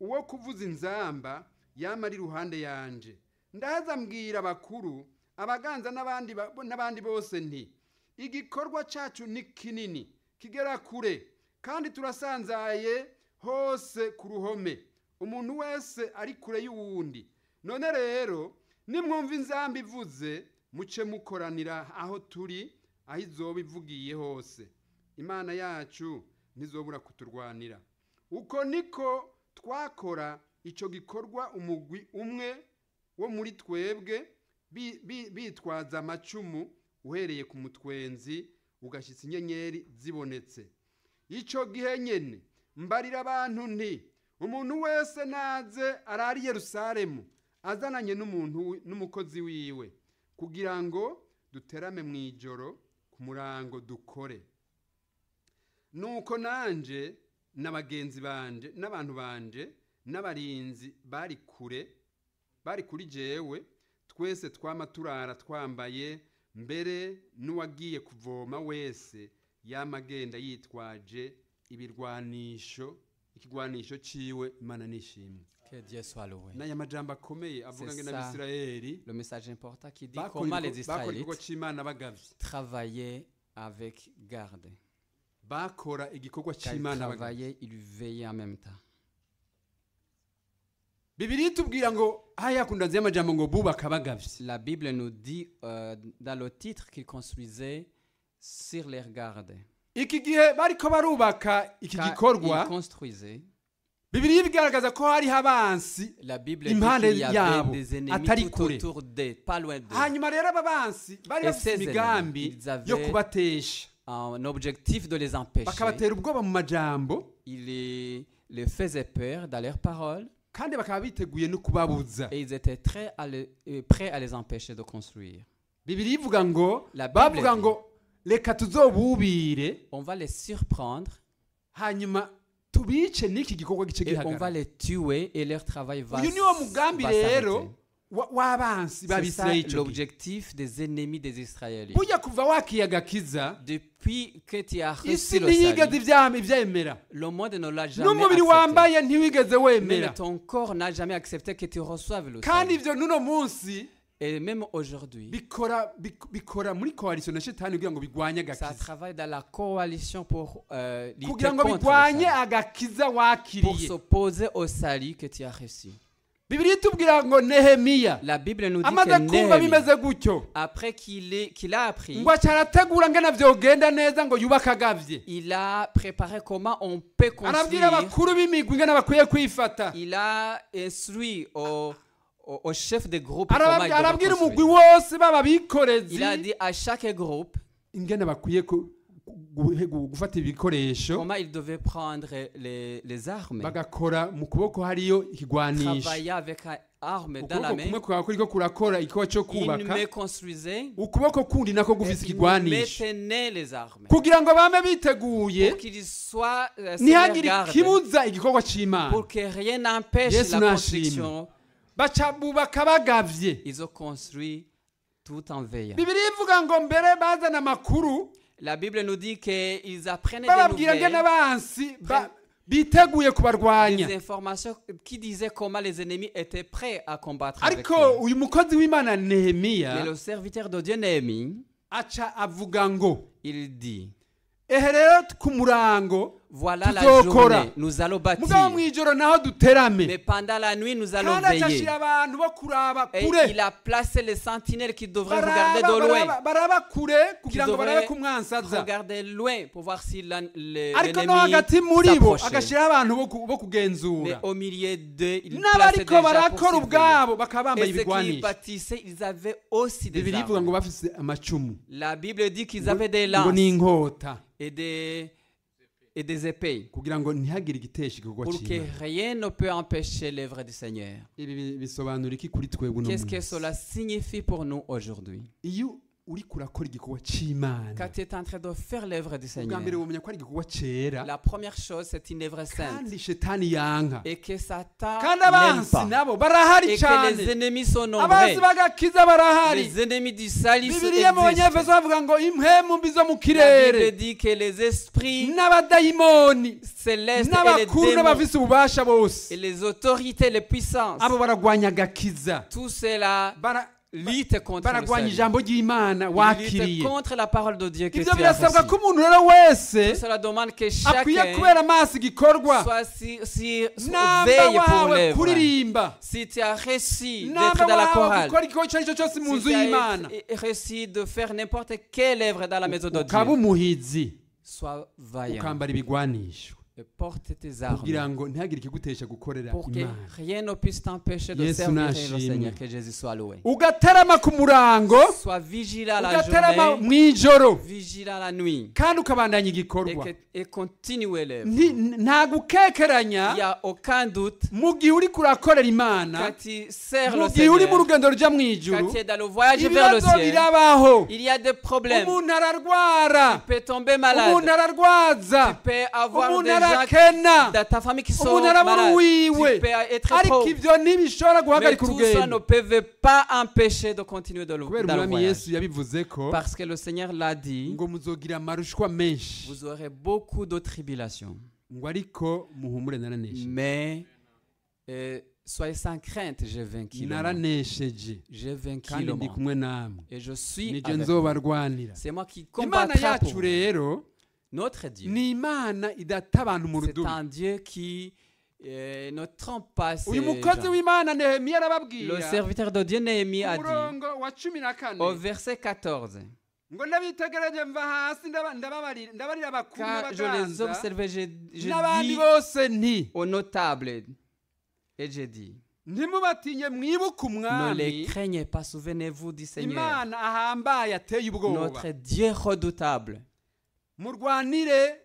Speaker 1: uwo kuvuza inzamba yama ari iruhande yanje ndaza mbwira abakuru abaganza n'abandi ba- n'abandi bose nti igikorwa cyacu ni kinini kigera kure kandi turasanzaye hose ku ruhome umuntu wese ari kure y'uwundi none rero nimwumva inzamba ivuze muce mukoranira aho turi aho izoba ivugiye hose imana yacu ntizobura kuturwanira uko niko twakora icyo gikorwa umugwi umwe wo muri twebwe bi- bi- bitwaza amacumu uhereye ku mutwenzi ugashyitsa inyenyeri zibonetse icyo gihe nyine mbarira abantu nti umuntu wese naze arari yerusalemu azananye n'umuntu wi- n'umukozi wiwe kugira ngo duterame mu ijoro ku murango dukore nuko nanje na bagenzi banje n'abantu banje n'abarinzi bari kure bari kuri jewe twese twama turara twambaye mbere n'uwagiye kuvoma wese yama agenda yitwaje ibirwanisho ikigwanisho ciwe imana nishimwe
Speaker 2: Que Dieu soit loué.
Speaker 1: n'aya majambo akomeye avuga ngo
Speaker 2: C'est ça.
Speaker 1: n'abisirayeli
Speaker 2: Le message important qui dit
Speaker 1: bakora
Speaker 2: comment les
Speaker 1: igikorwa
Speaker 2: Israélites
Speaker 1: c'imana bagavye
Speaker 2: travaillaient avec garde.
Speaker 1: bakora igikorwa
Speaker 2: Quand ils
Speaker 1: c'imana bagavye
Speaker 2: travaillaient, ils veillaient en même temps.
Speaker 1: bibiri tubwira ngo haya kundanze y'amajambo ngo bubaka bagavye
Speaker 2: La Bible nous dit euh, dans le titre qu'ils construisaient sur leurs gardes.
Speaker 1: iki gihe bariko barubaka iki
Speaker 2: Quand ils
Speaker 1: gikorwa
Speaker 2: construisaient,
Speaker 1: bibiri bigaragaza ko hariho abansi
Speaker 2: la Bible dit
Speaker 1: Impande
Speaker 2: qu'il y
Speaker 1: yabo,
Speaker 2: avait des
Speaker 1: atari
Speaker 2: ennemis tout
Speaker 1: kure.
Speaker 2: autour d'eux, pas loin d'eux.
Speaker 1: hanyuma rero aba bansi bari bafite
Speaker 2: Esezerano,
Speaker 1: imigambi
Speaker 2: izave-
Speaker 1: yo kubatesha
Speaker 2: Un objectif de les empêcher.
Speaker 1: bakabatera ubwoba mu majambo
Speaker 2: Ils les, les faisaient peur dans leurs paroles
Speaker 1: kandi bakaba biteguye no kubabuza
Speaker 2: et ils étaient très à le- euh, prêts à les empêcher de construire.
Speaker 1: bibiri ivuga ngo
Speaker 2: La Bible
Speaker 1: bavuga
Speaker 2: dit-
Speaker 1: ngo reka tuzobubire
Speaker 2: On va les surprendre
Speaker 1: hanyuma tubice n'iki gikorwa gice
Speaker 2: et Eh, on va
Speaker 1: gihagarara
Speaker 2: les tuer et leur travail va
Speaker 1: uyu
Speaker 2: s-
Speaker 1: niwo mugambi
Speaker 2: va
Speaker 1: rero
Speaker 2: s'arrêter.
Speaker 1: wa- w'abansi
Speaker 2: C'est ça
Speaker 1: b'abisirayeli ico gihe.
Speaker 2: l'objectif des ennemis des Israélites.
Speaker 1: burya kuva wakiyaga kiza
Speaker 2: Depuis que tu as
Speaker 1: isi
Speaker 2: reçu le
Speaker 1: ntiyigeze
Speaker 2: salut,
Speaker 1: ibyama ibyemera
Speaker 2: le monde ne l'a jamais
Speaker 1: n'umubiri
Speaker 2: accepté.
Speaker 1: wambaye ntiwigeze wemera
Speaker 2: Même ton corps n'a jamais accepté que tu reçoives le
Speaker 1: kandi
Speaker 2: salut.
Speaker 1: ibyo n'uno munsi
Speaker 2: Et même aujourd'hui,
Speaker 1: bikora bik- bikora muri koalisiyo na shitani kugira ngo bigwanye
Speaker 2: ça
Speaker 1: agakiza
Speaker 2: travaille dans la coalition pour euh, lutter
Speaker 1: kugira ngo
Speaker 2: contre le
Speaker 1: bigwanye
Speaker 2: salut,
Speaker 1: agakiza
Speaker 2: pour
Speaker 1: wakiriye
Speaker 2: s'opposer au salut que tu as reçu.
Speaker 1: bibiri itubwira ngo nehemiya
Speaker 2: La Bible nous dit
Speaker 1: amaze
Speaker 2: que
Speaker 1: kumva
Speaker 2: Néhémie,
Speaker 1: bimeze gutyo
Speaker 2: après qu'il ait- qu'il a appris,
Speaker 1: ngo acarategura ngana byogenda neza ngo yubake agavye
Speaker 2: il a préparé comment on peut
Speaker 1: arabwira
Speaker 2: construire
Speaker 1: abakuru b'imigwi ngana bakwiye kwifata
Speaker 2: il a instruit au, au, au chef des groupes comment il
Speaker 1: Arababwira-
Speaker 2: devait
Speaker 1: arabwira umugwi
Speaker 2: construire.
Speaker 1: wose baba
Speaker 2: Il a
Speaker 1: abikorezi
Speaker 2: dit à chaque groupe
Speaker 1: ingene bakwiye ku- gu- gu- gufata ibikoresho
Speaker 2: comment il devait prendre les, les armes,
Speaker 1: bagakora mu kuboko hariyo ikigwanisho
Speaker 2: travailler avec un arme dans la
Speaker 1: ukuboko kumwe
Speaker 2: main.
Speaker 1: kukaba kuriko kurakora igikorwa cyo
Speaker 2: Il me
Speaker 1: kubaka
Speaker 2: construisait,
Speaker 1: ukuboko kundi nako gufise
Speaker 2: il
Speaker 1: ikigwanisho
Speaker 2: maintenait les armes.
Speaker 1: kugira ngo bame biteguye
Speaker 2: Pour qu'il soit euh, sur leur
Speaker 1: ntihagire
Speaker 2: garde,
Speaker 1: ikibuza igikorwa c'imana
Speaker 2: pour que rien n'empêche
Speaker 1: Yesu
Speaker 2: la
Speaker 1: nashimwe.
Speaker 2: construction,
Speaker 1: baca bubaka bagavye
Speaker 2: ils ont construit tout en veillant.
Speaker 1: bibiri ivuga ngo mbere bazana amakuru
Speaker 2: La Bible nous dit qu'ils apprenaient des
Speaker 1: bababwira
Speaker 2: nouvelles.
Speaker 1: ngene abansi ba- biteguye kubarwanya
Speaker 2: des informations qui disaient comment les ennemis étaient prêts à combattre avec
Speaker 1: ariko
Speaker 2: eux.
Speaker 1: uyu mukozi w'imana
Speaker 2: Mais
Speaker 1: nehemiya
Speaker 2: le serviteur de Dieu, Néhémie,
Speaker 1: aca avuga ngo
Speaker 2: il dit
Speaker 1: ehe rero ku murango
Speaker 2: Voilà la
Speaker 1: Tuzokora.
Speaker 2: journée, nous allons
Speaker 1: mugabo
Speaker 2: bâtir.
Speaker 1: mu ijoro naho duterame
Speaker 2: Mais pendant la nuit, nous allons
Speaker 1: kandi
Speaker 2: veiller.
Speaker 1: agashyira abantu bo kuraba
Speaker 2: Et
Speaker 1: kure
Speaker 2: il a placé les sentinelles qui devraient
Speaker 1: baraba
Speaker 2: regarder de loin.
Speaker 1: baraba- baraba kure kugira ngo
Speaker 2: Tuzore-
Speaker 1: barabe ko umwansaza
Speaker 2: Regarder loin pour voir si l'en- le-
Speaker 1: ariko no hagati muri
Speaker 2: l'ennemi
Speaker 1: bo
Speaker 2: s'approchait.
Speaker 1: agashyiraho abantu bo ku- bo
Speaker 2: Mais
Speaker 1: kugenzura
Speaker 2: au milieu d'eux, il plaçait
Speaker 1: n'abariko
Speaker 2: déjà pour
Speaker 1: barakora
Speaker 2: surveiller.
Speaker 1: ubwabo bakaba
Speaker 2: Et
Speaker 1: bambaye
Speaker 2: ceux qui
Speaker 1: ibigwanisho
Speaker 2: bâtissaient, ils avaient aussi des
Speaker 1: bibiri ivuga ngo
Speaker 2: armes.
Speaker 1: bafise amacumu
Speaker 2: La Bible dit qu'ils avaient des
Speaker 1: ngo
Speaker 2: lances
Speaker 1: ni inkota
Speaker 2: et des, et des épées
Speaker 1: kugira ngo ntihagire igitesha igikorwa
Speaker 2: pour que
Speaker 1: cy'imana
Speaker 2: rien ne peut empêcher l'œuvre du Seigneur.
Speaker 1: ibi bi- bisobanura iki kuri twebwe uno
Speaker 2: Qu'est-ce que
Speaker 1: munsi?
Speaker 2: cela signifie pour nous aujourd'hui
Speaker 1: iyo uri kurakora igikorwa cy'imana
Speaker 2: Quand tu es en train de faire l'œuvre du
Speaker 1: ubwa
Speaker 2: Seigneur,
Speaker 1: mbere wumenya ko ari igikorwa cyera
Speaker 2: la première chose, c'est une œuvre sainte.
Speaker 1: kandi shetani yanka
Speaker 2: Et que Satan
Speaker 1: kandi
Speaker 2: n'aime
Speaker 1: abansi
Speaker 2: pas.
Speaker 1: nabo barahari
Speaker 2: Et que
Speaker 1: cyane
Speaker 2: les ennemis sont nombreux.
Speaker 1: abansi bagakiza barahari
Speaker 2: Les ennemis du salut sont
Speaker 1: bibiliya mu banyevezo
Speaker 2: existent.
Speaker 1: bavuga ngo impemu zo mu
Speaker 2: La
Speaker 1: kirere
Speaker 2: Bible dit que les esprits
Speaker 1: n'abadayimoni
Speaker 2: célestes et les
Speaker 1: n'abakuru
Speaker 2: démons
Speaker 1: n'abafise ububasha
Speaker 2: et
Speaker 1: bose
Speaker 2: les autorités, les puissances,
Speaker 1: abo baragwanya agakiza
Speaker 2: tout cela
Speaker 1: Bara-
Speaker 2: lutte contre le
Speaker 1: baragwanya
Speaker 2: salut.
Speaker 1: ijambo ry'imana
Speaker 2: Lutte
Speaker 1: wakiriye
Speaker 2: contre la parole de Dieu que
Speaker 1: ibyo
Speaker 2: tu as
Speaker 1: birasabwa ko
Speaker 2: reçue.
Speaker 1: umuntu rero wese
Speaker 2: Cela demande que
Speaker 1: akwiye
Speaker 2: chacun
Speaker 1: kubera amaso igikorwa
Speaker 2: soit si, si, soit
Speaker 1: namba
Speaker 2: veille pour
Speaker 1: wahawe
Speaker 2: l'œuvre.
Speaker 1: kuririmba
Speaker 2: Si tu as réussi
Speaker 1: namba
Speaker 2: d'être dans la
Speaker 1: wahawe
Speaker 2: chorale,
Speaker 1: gukora igikorwa icyo ari cyo cyose mu nzu y'imana
Speaker 2: si tu as réussi de faire n'importe quelle œuvre dans la maison de
Speaker 1: ukaba
Speaker 2: Dieu,
Speaker 1: umuhizi
Speaker 2: sois vaillant
Speaker 1: ukambara ibigwanisho
Speaker 2: et porte tes
Speaker 1: kugira
Speaker 2: armes
Speaker 1: ngo ntihagire ikigutesha gukorera
Speaker 2: pour que
Speaker 1: imana
Speaker 2: rien ne puisse t'empêcher de
Speaker 1: Yesu
Speaker 2: servir le
Speaker 1: nashimwe.
Speaker 2: Seigneur, que Jésus soit loué.
Speaker 1: ugatarama ku murango
Speaker 2: Sois vigilant la
Speaker 1: ugatarama
Speaker 2: journée,
Speaker 1: mu ijoro
Speaker 2: vigilant la nuit
Speaker 1: kandi ukabandanya
Speaker 2: et,
Speaker 1: igikorwa
Speaker 2: que, et continue l'œuvre.
Speaker 1: Nti- nta
Speaker 2: Il n'y
Speaker 1: gukekeranya
Speaker 2: a aucun doute
Speaker 1: mu gihe uri kurakorera imana
Speaker 2: quand tu sers
Speaker 1: mu
Speaker 2: le
Speaker 1: gihe uri mu
Speaker 2: Seigneur,
Speaker 1: rugendo rujya mu ijuru
Speaker 2: quand tu es dans le voyage vers le
Speaker 1: ibibazo
Speaker 2: ciel,
Speaker 1: birabaho
Speaker 2: il y a des problèmes.
Speaker 1: umuntu ararwara
Speaker 2: Tu peux tomber malade.
Speaker 1: umuntu ararwaza
Speaker 2: Tu peux avoir
Speaker 1: umuntu
Speaker 2: des gens qui-
Speaker 1: arakena
Speaker 2: dans ta famille qui sont
Speaker 1: umuntu arabura
Speaker 2: malades.
Speaker 1: uwiwe
Speaker 2: Tu peux être
Speaker 1: ariko
Speaker 2: pauvre.
Speaker 1: ibyo ntibishobora
Speaker 2: Mais
Speaker 1: guhagarika
Speaker 2: tout ça ne
Speaker 1: urugendo
Speaker 2: peut pas empêcher de continuer dans le,
Speaker 1: kubera
Speaker 2: dans le
Speaker 1: umwami
Speaker 2: voyage.
Speaker 1: yesu yabivuze ko
Speaker 2: Parce que le Seigneur l'a dit,
Speaker 1: ngo muzogira amarushwa menshi
Speaker 2: vous aurez beaucoup de tribulations.
Speaker 1: ngo ariko muhumure
Speaker 2: Mm.
Speaker 1: naranesheje
Speaker 2: Mais euh, soyez sans crainte, j'ai vaincu le monde.
Speaker 1: naranesheje
Speaker 2: J'ai vaincu
Speaker 1: kandi
Speaker 2: le
Speaker 1: ndi
Speaker 2: monde.
Speaker 1: kumwe namwe
Speaker 2: Et je suis
Speaker 1: nijye
Speaker 2: avec vous.
Speaker 1: nzobarwanira
Speaker 2: C'est moi qui
Speaker 1: imana
Speaker 2: combattra pour
Speaker 1: yacu
Speaker 2: vous.
Speaker 1: rero
Speaker 2: Notre Dieu,
Speaker 1: ni imana idata abantu mu
Speaker 2: c'est
Speaker 1: rudubi
Speaker 2: un Dieu qui euh, ne trompe pas ses
Speaker 1: uyu mukozi
Speaker 2: gens.
Speaker 1: w'imana nehemiya
Speaker 2: Le
Speaker 1: arababwira
Speaker 2: serviteur de Dieu Néhémie a dit
Speaker 1: umurongo wa cumi na kane
Speaker 2: au verset 14
Speaker 1: ngo ndabitegereje mva hasi ndaba- ndababarira ndabarira abakuru
Speaker 2: Quand je les
Speaker 1: n'abaganza
Speaker 2: observais, je, je
Speaker 1: n'abandi
Speaker 2: dis
Speaker 1: bose nti
Speaker 2: aux notables et j'ai dit
Speaker 1: ntimubatinye mwibuke
Speaker 2: Ne les
Speaker 1: umwami
Speaker 2: craignez pas, souvenez-vous du Seigneur,
Speaker 1: imana ahambaye ateye ubwoba
Speaker 2: notre Dieu redoutable.
Speaker 1: murwanire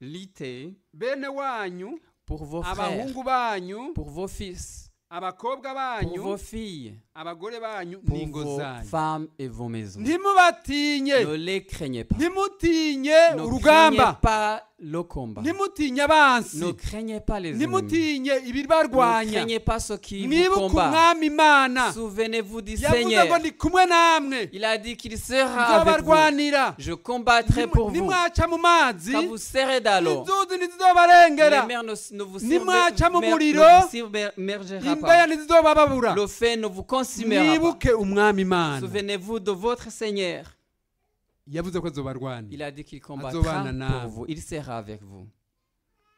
Speaker 2: Luttez
Speaker 1: bene wanyu
Speaker 2: pour vos
Speaker 1: Ah,
Speaker 2: frères,
Speaker 1: abahungu banyu
Speaker 2: pour vos fils,
Speaker 1: abakobwa
Speaker 2: pour vos
Speaker 1: banyu
Speaker 2: filles,
Speaker 1: abagore banyu
Speaker 2: pour
Speaker 1: n'ingo
Speaker 2: vos
Speaker 1: zanyu
Speaker 2: femmes et vos maisons.
Speaker 1: ntimubatinye
Speaker 2: Ne les craignez pas.
Speaker 1: ntimutinye
Speaker 2: Ne craignez
Speaker 1: urugamba
Speaker 2: pas le combat.
Speaker 1: ntimutinye
Speaker 2: Ne
Speaker 1: abansi
Speaker 2: craignez pas les ennemis.
Speaker 1: ntimutinye
Speaker 2: Ne
Speaker 1: ibibarwanya
Speaker 2: craignez pas ceux qui vous
Speaker 1: mwibuke
Speaker 2: combattent.
Speaker 1: umwami imana
Speaker 2: Souvenez-vous du
Speaker 1: yavuze ngo
Speaker 2: Seigneur.
Speaker 1: ndi kumwe namwe
Speaker 2: Il a dit qu'il sera avec vous.
Speaker 1: nzabarwanira
Speaker 2: Je combattrai pour vous.
Speaker 1: nimwaca mu mazi
Speaker 2: Quand vous serez dans l'eau,
Speaker 1: inzuzi
Speaker 2: les
Speaker 1: ntizizobarengera
Speaker 2: mers ne, ne vous
Speaker 1: Ni
Speaker 2: surmer-
Speaker 1: mwacha mu
Speaker 2: mer-
Speaker 1: muriro,
Speaker 2: ne vous submergera
Speaker 1: imbeya
Speaker 2: pas.
Speaker 1: ntizizobababura
Speaker 2: Le feu Ah. ne vous consumera pas.
Speaker 1: mwibuke umwami imana
Speaker 2: Souvenez-vous de votre Seigneur.
Speaker 1: yavuze ko
Speaker 2: Il
Speaker 1: azobarwanira
Speaker 2: a dit qu'il
Speaker 1: Azobana
Speaker 2: combattra
Speaker 1: nawe.
Speaker 2: pour vous. Il sera avec vous.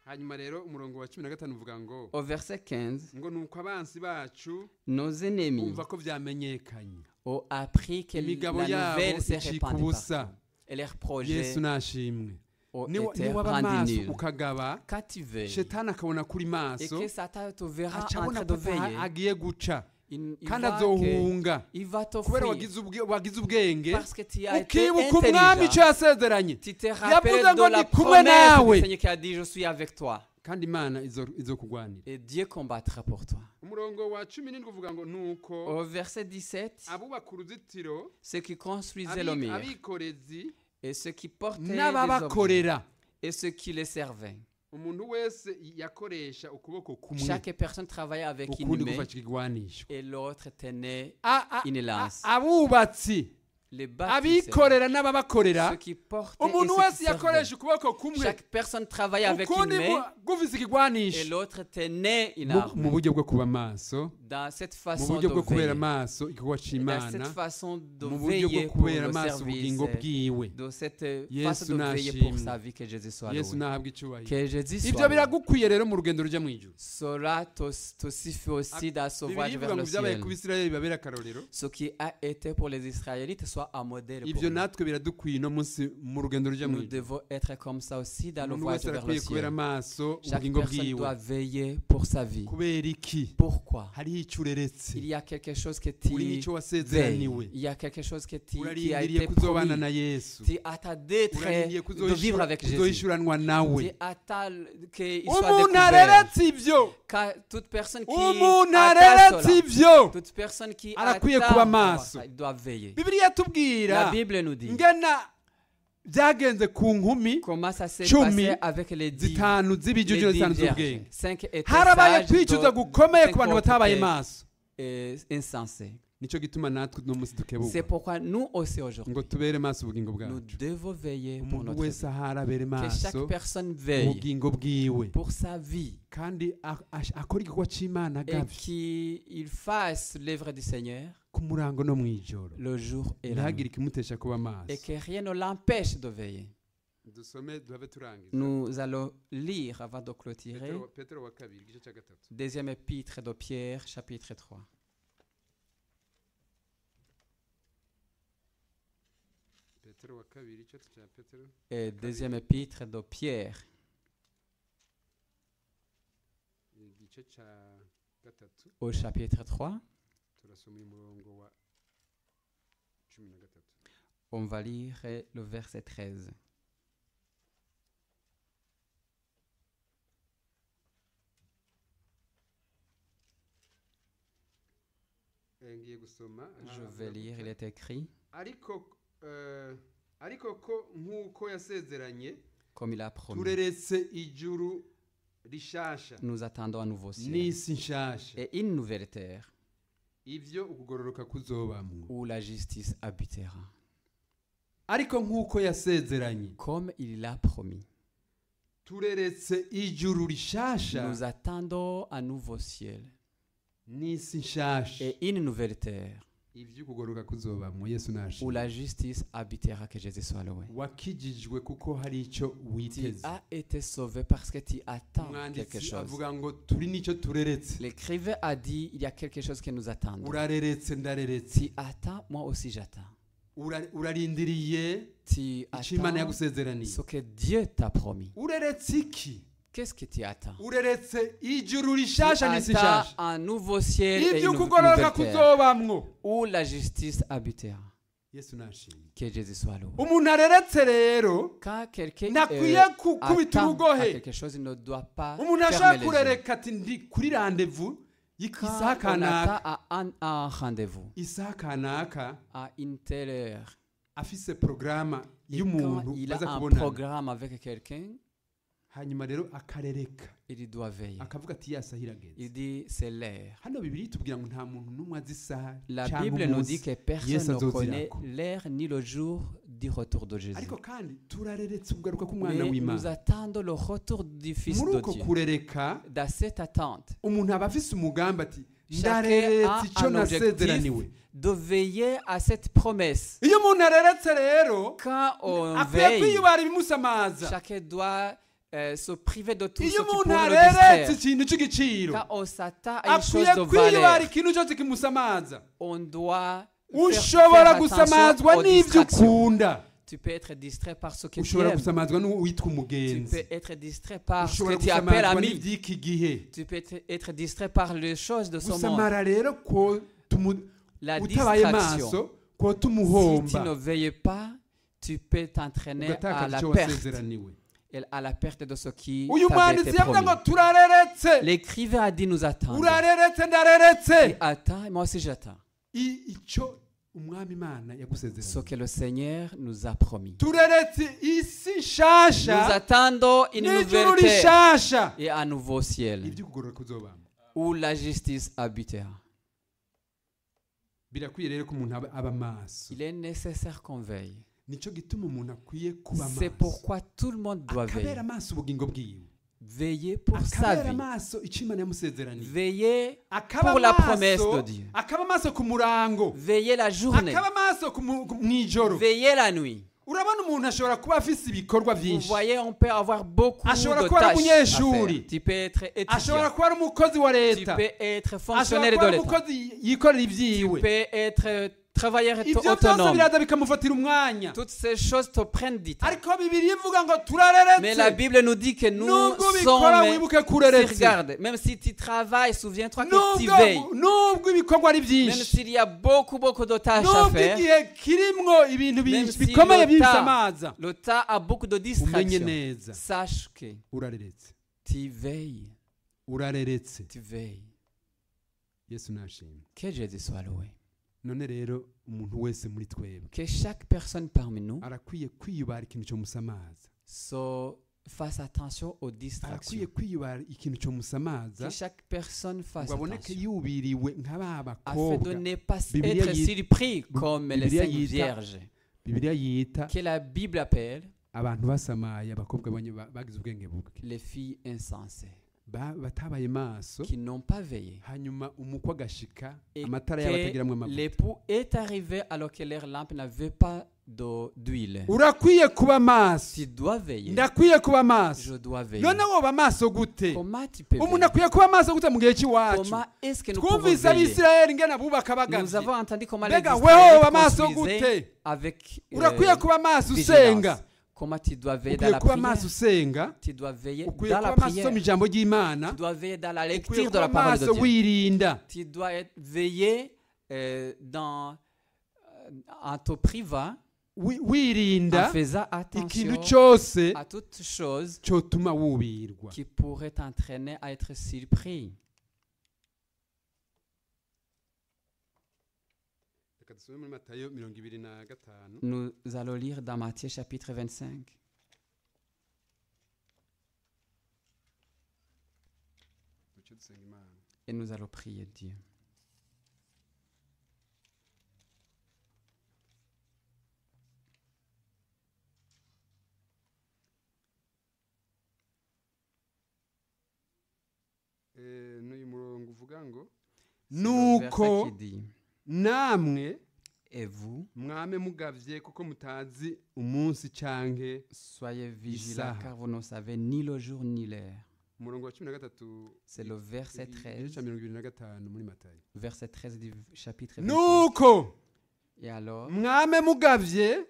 Speaker 1: hanyuma rero umurongo wa cumi na gatanu uvuga ngo
Speaker 2: Au verset 15,
Speaker 1: ngo ni uko abansi bacu
Speaker 2: nos ennemis
Speaker 1: bumva ko byamenyekanye
Speaker 2: ont appris que
Speaker 1: Imigabo
Speaker 2: la
Speaker 1: yabo
Speaker 2: nouvelle s'est
Speaker 1: icika
Speaker 2: répandue
Speaker 1: ubusa
Speaker 2: partout. Et leurs projets
Speaker 1: yesu nashimwe
Speaker 2: ont
Speaker 1: Niwa-
Speaker 2: été
Speaker 1: niwaba
Speaker 2: rendus
Speaker 1: amaso
Speaker 2: nuls.
Speaker 1: ukagaba
Speaker 2: Quand tu veilles,
Speaker 1: shetani akabona kuri
Speaker 2: et
Speaker 1: maso
Speaker 2: que Satan te verra en
Speaker 1: aca abona
Speaker 2: train
Speaker 1: ko
Speaker 2: de
Speaker 1: ataha
Speaker 2: veiller,
Speaker 1: agiye guca
Speaker 2: il, il
Speaker 1: kandi
Speaker 2: va que-
Speaker 1: azohunga
Speaker 2: il
Speaker 1: kubera
Speaker 2: va t'offrir
Speaker 1: wagize ubwe- wagize ubwenge
Speaker 2: parce que tu as été
Speaker 1: ukibuka umwami icyo
Speaker 2: intelligent.
Speaker 1: yasezeranye
Speaker 2: Tu te
Speaker 1: Yavuze
Speaker 2: rappelles
Speaker 1: ngo
Speaker 2: de la
Speaker 1: ndi kumwe
Speaker 2: promesse
Speaker 1: nawe.
Speaker 2: du Seigneur qui a dit je suis avec toi
Speaker 1: kandi imana izo- izokugwanira
Speaker 2: et Dieu combattra pour toi.
Speaker 1: umurongo wa cumi n'indwi uvuga ngo nuko
Speaker 2: Au verset 17,
Speaker 1: abubaka uruzitiro
Speaker 2: ceux qui construisaient le
Speaker 1: abi-
Speaker 2: mur
Speaker 1: abikorezi
Speaker 2: et ceux qui portaient les objets,
Speaker 1: n'ababakorera
Speaker 2: et ceux qui les servaient.
Speaker 1: umuntu wese yakoresha ukuboko kumwe
Speaker 2: Chaque personne travaillait avec une
Speaker 1: ukundi
Speaker 2: main
Speaker 1: gufasha ikigwanisho Ah,
Speaker 2: et l'autre tenait
Speaker 1: A- a-
Speaker 2: une lance.
Speaker 1: a- abubatsi
Speaker 2: les bâtisseurs,
Speaker 1: abikorera n'ababakorera
Speaker 2: ceux qui portent et
Speaker 1: umuntu
Speaker 2: ceux qui
Speaker 1: wese
Speaker 2: servaient.
Speaker 1: yakoresha ukuboko kumwe
Speaker 2: Chaque personne travaillait avec une
Speaker 1: ukundi
Speaker 2: main
Speaker 1: gu- gufise ikigwanisho
Speaker 2: et l'autre tenait une
Speaker 1: Mu- mu
Speaker 2: arme.
Speaker 1: buryo bwo kuba maso
Speaker 2: Dans cette
Speaker 1: mu
Speaker 2: façon
Speaker 1: buryo
Speaker 2: de
Speaker 1: bwo kubera
Speaker 2: veiller,
Speaker 1: amaso igikorwa
Speaker 2: dans cette
Speaker 1: c'imana
Speaker 2: façon de
Speaker 1: mu buryo bwo
Speaker 2: veiller pour
Speaker 1: kubera
Speaker 2: le
Speaker 1: amaso
Speaker 2: service,
Speaker 1: ubugingo bwiwe
Speaker 2: de cette euh,
Speaker 1: Yesu
Speaker 2: façon de veiller pour sa vie, que Jésus soit
Speaker 1: yesu
Speaker 2: loué.
Speaker 1: nahabwa icyubahiro
Speaker 2: Que Jésus
Speaker 1: ibyo
Speaker 2: soit loué.
Speaker 1: biragukwiye rero mu rugendo rujya mu ijuru
Speaker 2: Cela t'aus- t'aussi fait aussi dans ce
Speaker 1: Bibiliya
Speaker 2: voyage
Speaker 1: ivuga
Speaker 2: vers
Speaker 1: ngo
Speaker 2: le
Speaker 1: ibyabaye
Speaker 2: ciel.
Speaker 1: ku bisirayeli bibabera akarorero
Speaker 2: Ce qui a été pour les Israélites soit un modèle pour
Speaker 1: ibyo
Speaker 2: nous.
Speaker 1: natwe biradukwiye no munsi mu rugendo rujya mu
Speaker 2: Nous
Speaker 1: ijuru
Speaker 2: devons être comme ça aussi dans le
Speaker 1: umuntu
Speaker 2: voyage
Speaker 1: wese
Speaker 2: vers le
Speaker 1: arakwiye kubera
Speaker 2: ciel.
Speaker 1: amaso
Speaker 2: Chaque
Speaker 1: ubugingo
Speaker 2: personne
Speaker 1: bwiwe
Speaker 2: doit veiller pour sa vie.
Speaker 1: kubera iki
Speaker 2: Pourquoi
Speaker 1: hariho icyo ureretse
Speaker 2: Il y a quelque chose que
Speaker 1: uri
Speaker 2: tu
Speaker 1: n'icyo
Speaker 2: veilles.
Speaker 1: wasezeraniwe
Speaker 2: Il y a quelque chose que tu, qui a
Speaker 1: urarindiriye
Speaker 2: été
Speaker 1: kuzobana
Speaker 2: promis.
Speaker 1: na yesu
Speaker 2: Tu as ta détrait
Speaker 1: urarindiriye
Speaker 2: de vivre avec Jésus.
Speaker 1: kuzohishuranwa nawe
Speaker 2: Tu as ta qu'il soit
Speaker 1: umuntu
Speaker 2: découvert.
Speaker 1: areretse ibyo
Speaker 2: Car toute personne qui
Speaker 1: umuntu
Speaker 2: atteint
Speaker 1: areretse
Speaker 2: cela,
Speaker 1: ibyo
Speaker 2: toute personne qui
Speaker 1: Arakwiye
Speaker 2: atteint
Speaker 1: kuba
Speaker 2: cela,
Speaker 1: maso.
Speaker 2: elle doit veiller.
Speaker 1: bibiliya tubwira
Speaker 2: La Bible nous dit
Speaker 1: ngena byagenze ku nkumi
Speaker 2: comment ça s'est
Speaker 1: Chumi
Speaker 2: passé avec les dix
Speaker 1: zitanu z'ibijyujyo zitanu z'ubwenge harabaye kwicuza
Speaker 2: harabaye
Speaker 1: gukomeye ku bantu
Speaker 2: cinquante
Speaker 1: batabaye
Speaker 2: pe-
Speaker 1: maso
Speaker 2: insensé.
Speaker 1: nicyo gituma natwe uno munsi
Speaker 2: C'est
Speaker 1: dukebuka
Speaker 2: pourquoi nous aussi aujourd'hui,
Speaker 1: ngo tubere maso ubugingo
Speaker 2: nous
Speaker 1: bwacu
Speaker 2: devons veiller pour
Speaker 1: umuntu
Speaker 2: notre vie.
Speaker 1: wese ahari abere
Speaker 2: Que
Speaker 1: maso
Speaker 2: chaque personne veille
Speaker 1: ubugingo bwiwe
Speaker 2: pour sa vie
Speaker 1: kandi a- a- akora igikorwa cy'imana
Speaker 2: et
Speaker 1: agabye
Speaker 2: qu'il fasse l'œuvre du Seigneur
Speaker 1: ku murango no mu ijoro
Speaker 2: le jour et la
Speaker 1: ntihagire
Speaker 2: nuit.
Speaker 1: ikimutesha kuba maso
Speaker 2: Et que rien ne l'empêche de veiller.
Speaker 1: dusome duhabe turangiza
Speaker 2: Nous allons lire avant de clôturer.
Speaker 1: Petero- petero wa kabiri igice cya gatatu
Speaker 2: Deuxième épître de Pierre, chapitre 3.
Speaker 1: petero wa kabiri igice cya petero
Speaker 2: Et deuxième épître de Pierre,
Speaker 1: igice cya gatatu
Speaker 2: au chapitre 3,
Speaker 1: turasoma uyu murongo wa cumi na gatatu
Speaker 2: on va lire euh, le verset 13.
Speaker 1: Eh, ngiye gusoma
Speaker 2: Je
Speaker 1: ahantu
Speaker 2: vais lire, il
Speaker 1: hakurya.
Speaker 2: est écrit,
Speaker 1: ariko eh, ariko ko nk'uko yasezeranye
Speaker 2: comme il a promis,
Speaker 1: tureretse ijuru rishasha
Speaker 2: nous Eh. attendons un nouveau ciel
Speaker 1: n'isi nshasha
Speaker 2: et une nouvelle terre
Speaker 1: ibyo ukugororoka kuzobamwo
Speaker 2: où la justice habitera,
Speaker 1: ariko nk'uko yasezeranye
Speaker 2: comme il l'a promis.
Speaker 1: tureretse ijuru rishasha
Speaker 2: Nous attendons un nouveau ciel
Speaker 1: n'isi nshasha
Speaker 2: et une nouvelle terre
Speaker 1: ibyo ukugororoka kuzobamwo yesu
Speaker 2: où
Speaker 1: nashimye
Speaker 2: la justice habitera, que Jésus soit loué.
Speaker 1: wakijijwe kuko hari icyo
Speaker 2: Tu
Speaker 1: witeze
Speaker 2: as été sauvé parce que tu attends quelque
Speaker 1: umwanditsi
Speaker 2: chose.
Speaker 1: avuga ngo turi n'icyo tureretse
Speaker 2: L'écrivain a dit, il y a quelque chose qui nous attend.
Speaker 1: urareretse ndareretse
Speaker 2: Tu attends, moi aussi j'attends.
Speaker 1: Ura- urarindiriye
Speaker 2: Tu
Speaker 1: icyo imana
Speaker 2: attends
Speaker 1: yagusezeraniye
Speaker 2: ce que Dieu t'a promis.
Speaker 1: ureretse iki
Speaker 2: Qu'est-ce que tu attends
Speaker 1: ureretse ijuru
Speaker 2: Tu
Speaker 1: rishasha n'isi
Speaker 2: attends
Speaker 1: nshasha
Speaker 2: un nouveau ciel et
Speaker 1: ibyo
Speaker 2: une nou-
Speaker 1: ukugororoka
Speaker 2: nouvelle terre
Speaker 1: kuzobamwo
Speaker 2: où la justice habitera.
Speaker 1: yesu nashimye
Speaker 2: Que Jésus soit loué.
Speaker 1: umuntu areretse rero
Speaker 2: Quand quelqu'un
Speaker 1: ntakwiye
Speaker 2: euh,
Speaker 1: ku- kubita
Speaker 2: attend à
Speaker 1: urugohe
Speaker 2: quelque chose, il ne doit pas
Speaker 1: umuntu
Speaker 2: fermer
Speaker 1: ashobora
Speaker 2: les yeux.
Speaker 1: kurereka ati ndi kuri randevu isaha
Speaker 2: Quand on attend
Speaker 1: kanaka
Speaker 2: à un, à un rendez-vous,
Speaker 1: isaha kanaka
Speaker 2: à une telle heure,
Speaker 1: afise porogaramu
Speaker 2: et quand
Speaker 1: y'umuntu
Speaker 2: il
Speaker 1: baza
Speaker 2: a un
Speaker 1: kubonana
Speaker 2: programme avec quelqu'un,
Speaker 1: hanyuma rero akarereka
Speaker 2: il doit veiller.
Speaker 1: akavuga ati yasaha irageze
Speaker 2: Il dit, c'est l'heure.
Speaker 1: hano bibiri tubwira ngo nta muntu n'umwe azi isaha
Speaker 2: La
Speaker 1: cyangwa
Speaker 2: Bible nous dit
Speaker 1: umunsi
Speaker 2: que
Speaker 1: Yes,
Speaker 2: personne ne
Speaker 1: azozirako.
Speaker 2: connaît l'heure ni le jour du retour de Jésus.
Speaker 1: ariko kandi turareretse ugaruka k'umwana
Speaker 2: Mais nous
Speaker 1: w'imana
Speaker 2: attendons le retour du Fils
Speaker 1: muri
Speaker 2: de
Speaker 1: uko
Speaker 2: Dieu.
Speaker 1: kurereka
Speaker 2: Dans cette attente,
Speaker 1: umuntu aba afise umugambi ati
Speaker 2: chacun
Speaker 1: ndareretse
Speaker 2: a
Speaker 1: icyo
Speaker 2: un
Speaker 1: nasezeraniwe
Speaker 2: objectif de veiller à cette promesse.
Speaker 1: iyo umuntu areretse rero
Speaker 2: Quand on
Speaker 1: akwiye
Speaker 2: veille,
Speaker 1: kwiyubara ibimusamaza
Speaker 2: chacun doit euh, se priver de tout ce qui
Speaker 1: iyo
Speaker 2: pourrait
Speaker 1: umuntu
Speaker 2: le
Speaker 1: areretse
Speaker 2: distraire.
Speaker 1: ikintu cy'igiciro
Speaker 2: Quand on s'attend à une chose
Speaker 1: akwiye
Speaker 2: de
Speaker 1: kwiyubara
Speaker 2: valeur,
Speaker 1: ikintu cyose kimusamaza
Speaker 2: on doit faire,
Speaker 1: ushobora
Speaker 2: faire attention
Speaker 1: gusamazwa
Speaker 2: aux
Speaker 1: n'ibyo
Speaker 2: distractions.
Speaker 1: ukunda
Speaker 2: Tu peux être distrait par ce que tu
Speaker 1: ushobora
Speaker 2: aimes.
Speaker 1: gusamazwa n'uwo witwa
Speaker 2: Tu peux
Speaker 1: umugenzi
Speaker 2: être distrait par ce
Speaker 1: ushobora
Speaker 2: que tu appelles
Speaker 1: gusamazwa
Speaker 2: ami.
Speaker 1: n'iby'iki gihe
Speaker 2: Tu peux être, être distrait par les choses de ce monde.
Speaker 1: gusamara rero ko tumu-
Speaker 2: La
Speaker 1: utabaye
Speaker 2: distraction.
Speaker 1: maso ko
Speaker 2: Si tu ne
Speaker 1: tumuhomba
Speaker 2: veilles pas, tu peux t'entraîner à
Speaker 1: ugatakaza
Speaker 2: la
Speaker 1: icyo
Speaker 2: perte,
Speaker 1: wasezeraniwe
Speaker 2: et à la perte de ce
Speaker 1: uyu
Speaker 2: qui t'avait été
Speaker 1: mwanditsi yavuga ngo
Speaker 2: promis.
Speaker 1: turareretse
Speaker 2: L'écrivain a dit nous attendre.
Speaker 1: urareretse ndareretse
Speaker 2: Tu attends, et moi aussi j'attends.
Speaker 1: I- icyo umwami imana
Speaker 2: Ce
Speaker 1: yagusezeraniye
Speaker 2: que le Seigneur nous a promis.
Speaker 1: tureretse isi
Speaker 2: Nous
Speaker 1: nshasha
Speaker 2: attendons une
Speaker 1: n'ijuru
Speaker 2: nouvelle terre
Speaker 1: rishasha
Speaker 2: et un nouveau ciel
Speaker 1: ibyo ukugorora kuzobamo
Speaker 2: où la justice habitera.
Speaker 1: birakwiye rero ko umuntu aba- aba maso
Speaker 2: Il est nécessaire qu'on veille.
Speaker 1: nicyo gituma umuntu akwiye kuba
Speaker 2: C'est
Speaker 1: maso
Speaker 2: pourquoi tout le monde doit
Speaker 1: akabera
Speaker 2: veiller.
Speaker 1: amaso ubugingo bwiwe
Speaker 2: Veiller pour sa
Speaker 1: akabera
Speaker 2: vie.
Speaker 1: amaso icyo imana yamusezeraniye
Speaker 2: Veiller
Speaker 1: akaba
Speaker 2: pour la
Speaker 1: amaso-
Speaker 2: promesse de Dieu.
Speaker 1: akaba amaso ku murango
Speaker 2: Veiller la journée.
Speaker 1: akaba amaso ku mu ku- mw'ijoro
Speaker 2: Veiller la nuit.
Speaker 1: urabona umuntu ashobora kuba afise ibikorwa
Speaker 2: Vous
Speaker 1: byinshi
Speaker 2: voyez, on peut avoir beaucoup
Speaker 1: Ashobora
Speaker 2: de
Speaker 1: kuba ari
Speaker 2: tâches à
Speaker 1: umunyeshuri.
Speaker 2: faire. Tu peux être
Speaker 1: ashobora
Speaker 2: étudiant.
Speaker 1: kuba ari umukozi wa
Speaker 2: Tu
Speaker 1: leta
Speaker 2: peux être
Speaker 1: ashobora
Speaker 2: fonctionnaire
Speaker 1: kuba
Speaker 2: de
Speaker 1: ari
Speaker 2: l'État.
Speaker 1: umukozi yikorera
Speaker 2: Tu
Speaker 1: ibyiwe
Speaker 2: peux être euh, travailleur auto-
Speaker 1: ibyo byose
Speaker 2: autonome.
Speaker 1: biraza bikamufatira umwanya
Speaker 2: Toutes ces choses te prennent du temps.
Speaker 1: ariko bibiri ivuga ngo
Speaker 2: Mais la
Speaker 1: turareretse
Speaker 2: Bible nous dit que nous
Speaker 1: nubwo ubikora
Speaker 2: sommes...
Speaker 1: wibuke
Speaker 2: Si
Speaker 1: kureretse
Speaker 2: regarde, même si tu travailles, souviens-toi que tu
Speaker 1: nubwo
Speaker 2: veilles.
Speaker 1: nubwo ibikorwa ari
Speaker 2: Même
Speaker 1: byinshi
Speaker 2: s'il y a beaucoup, beaucoup de tâches à
Speaker 1: nubwo
Speaker 2: faire,
Speaker 1: igihe kirimwo ibintu bi-
Speaker 2: Même si
Speaker 1: bikomeye
Speaker 2: lota-
Speaker 1: by'ibisamaza
Speaker 2: le temps a beaucoup de
Speaker 1: umenye
Speaker 2: distractions.
Speaker 1: neza
Speaker 2: Sache que
Speaker 1: urareretse
Speaker 2: tu veilles,
Speaker 1: urareretse
Speaker 2: tu veilles.
Speaker 1: yesu nashimwe
Speaker 2: Que Jésus soit loué.
Speaker 1: none rero umuntu wese muri twebwe
Speaker 2: Que chaque personne parmi nous
Speaker 1: arakwiye kwiyubara ikintu cyo musamaza
Speaker 2: so- fasse attention aux
Speaker 1: arakwiye
Speaker 2: distractions.
Speaker 1: kwiyubara ikintu cyo musamaza
Speaker 2: Que chaque personne fasse
Speaker 1: ngo aboneke
Speaker 2: attention.
Speaker 1: yubiriwe
Speaker 2: Afin de
Speaker 1: nk'ababakobra
Speaker 2: ne pas
Speaker 1: Bibiliya
Speaker 2: être
Speaker 1: yita-
Speaker 2: surpris comme les
Speaker 1: Bibiliya
Speaker 2: cinq
Speaker 1: yita-
Speaker 2: vierges.
Speaker 1: bibiliya yita
Speaker 2: Que la Bible appelle
Speaker 1: abantu basamaye abakobwa banye- ba- bagize ubwenge buke
Speaker 2: les filles insensées.
Speaker 1: Ba- batabaye maso
Speaker 2: qui n'ont pas veillé.
Speaker 1: hanyuma umukwe agashika
Speaker 2: Et
Speaker 1: amatara yabo atagiramwo
Speaker 2: que
Speaker 1: amavuta
Speaker 2: l'époux est arrivé alors que leur lampe n'avait pas d'eau-
Speaker 1: Oh.
Speaker 2: d'huile.
Speaker 1: urakwiye kuba maso
Speaker 2: Tu dois veiller.
Speaker 1: ndakwiye kuba maso
Speaker 2: Je dois veiller.
Speaker 1: none woba maso gute
Speaker 2: Comment tu peux
Speaker 1: umuntu
Speaker 2: veiller
Speaker 1: akwiye kuba maso gute mu gihe cy'iwacu
Speaker 2: Comment est-ce que nous pouvons
Speaker 1: twumvise
Speaker 2: veiller
Speaker 1: abisirayeli ingana bubaka
Speaker 2: Nous
Speaker 1: bagabye
Speaker 2: avons entendu comment les
Speaker 1: mbega
Speaker 2: Israélites
Speaker 1: wehoba maso
Speaker 2: construisaient
Speaker 1: gute
Speaker 2: avec euh,
Speaker 1: urakwiye kuba maso
Speaker 2: vigilance.
Speaker 1: usenga
Speaker 2: Comment tu dois veiller dans
Speaker 1: ukwiye
Speaker 2: la
Speaker 1: kuba
Speaker 2: prière
Speaker 1: maso usenga
Speaker 2: Tu dois veiller
Speaker 1: ukwiye
Speaker 2: dans
Speaker 1: kuba
Speaker 2: la
Speaker 1: maso
Speaker 2: prière.
Speaker 1: usoma ijambo ry'imana
Speaker 2: Tu dois veiller dans la
Speaker 1: ukwiye
Speaker 2: lecture de
Speaker 1: kuba
Speaker 2: la parole
Speaker 1: maso
Speaker 2: de Dieu.
Speaker 1: wirinda
Speaker 2: Tu dois être veiller euh, dans euh, en te privant
Speaker 1: wi- wirinda
Speaker 2: en faisant
Speaker 1: ikintu
Speaker 2: attention
Speaker 1: cyose
Speaker 2: à toute chose
Speaker 1: cyotuma wubirwa
Speaker 2: qui pourrait t'entraîner à être surpris.
Speaker 1: reka dusome muri matayo mirongo ibiri na gatanu
Speaker 2: Nous allons lire dans Matthieu chapitre 25.
Speaker 1: duce dusenga imana
Speaker 2: Et nous allons prier Dieu.
Speaker 1: Eh, n'uyu murongo uvuga ngo
Speaker 2: C'est le verset
Speaker 1: nuko
Speaker 2: qui dit,
Speaker 1: namwe
Speaker 2: Et vous,
Speaker 1: mwame mugavye kuko mutazi umunsi canke
Speaker 2: soyez vigilants,
Speaker 1: Isaac.
Speaker 2: car vous ne savez ni le jour ni l'heure.
Speaker 1: umurongo wa cumi na gatatu
Speaker 2: C'est le verset
Speaker 1: igice ca
Speaker 2: 13.
Speaker 1: mirongo ibiri na gatanu muri matayo
Speaker 2: Verset 13 du chapitre 25.
Speaker 1: nuko
Speaker 2: Et alors,
Speaker 1: mwame mugavye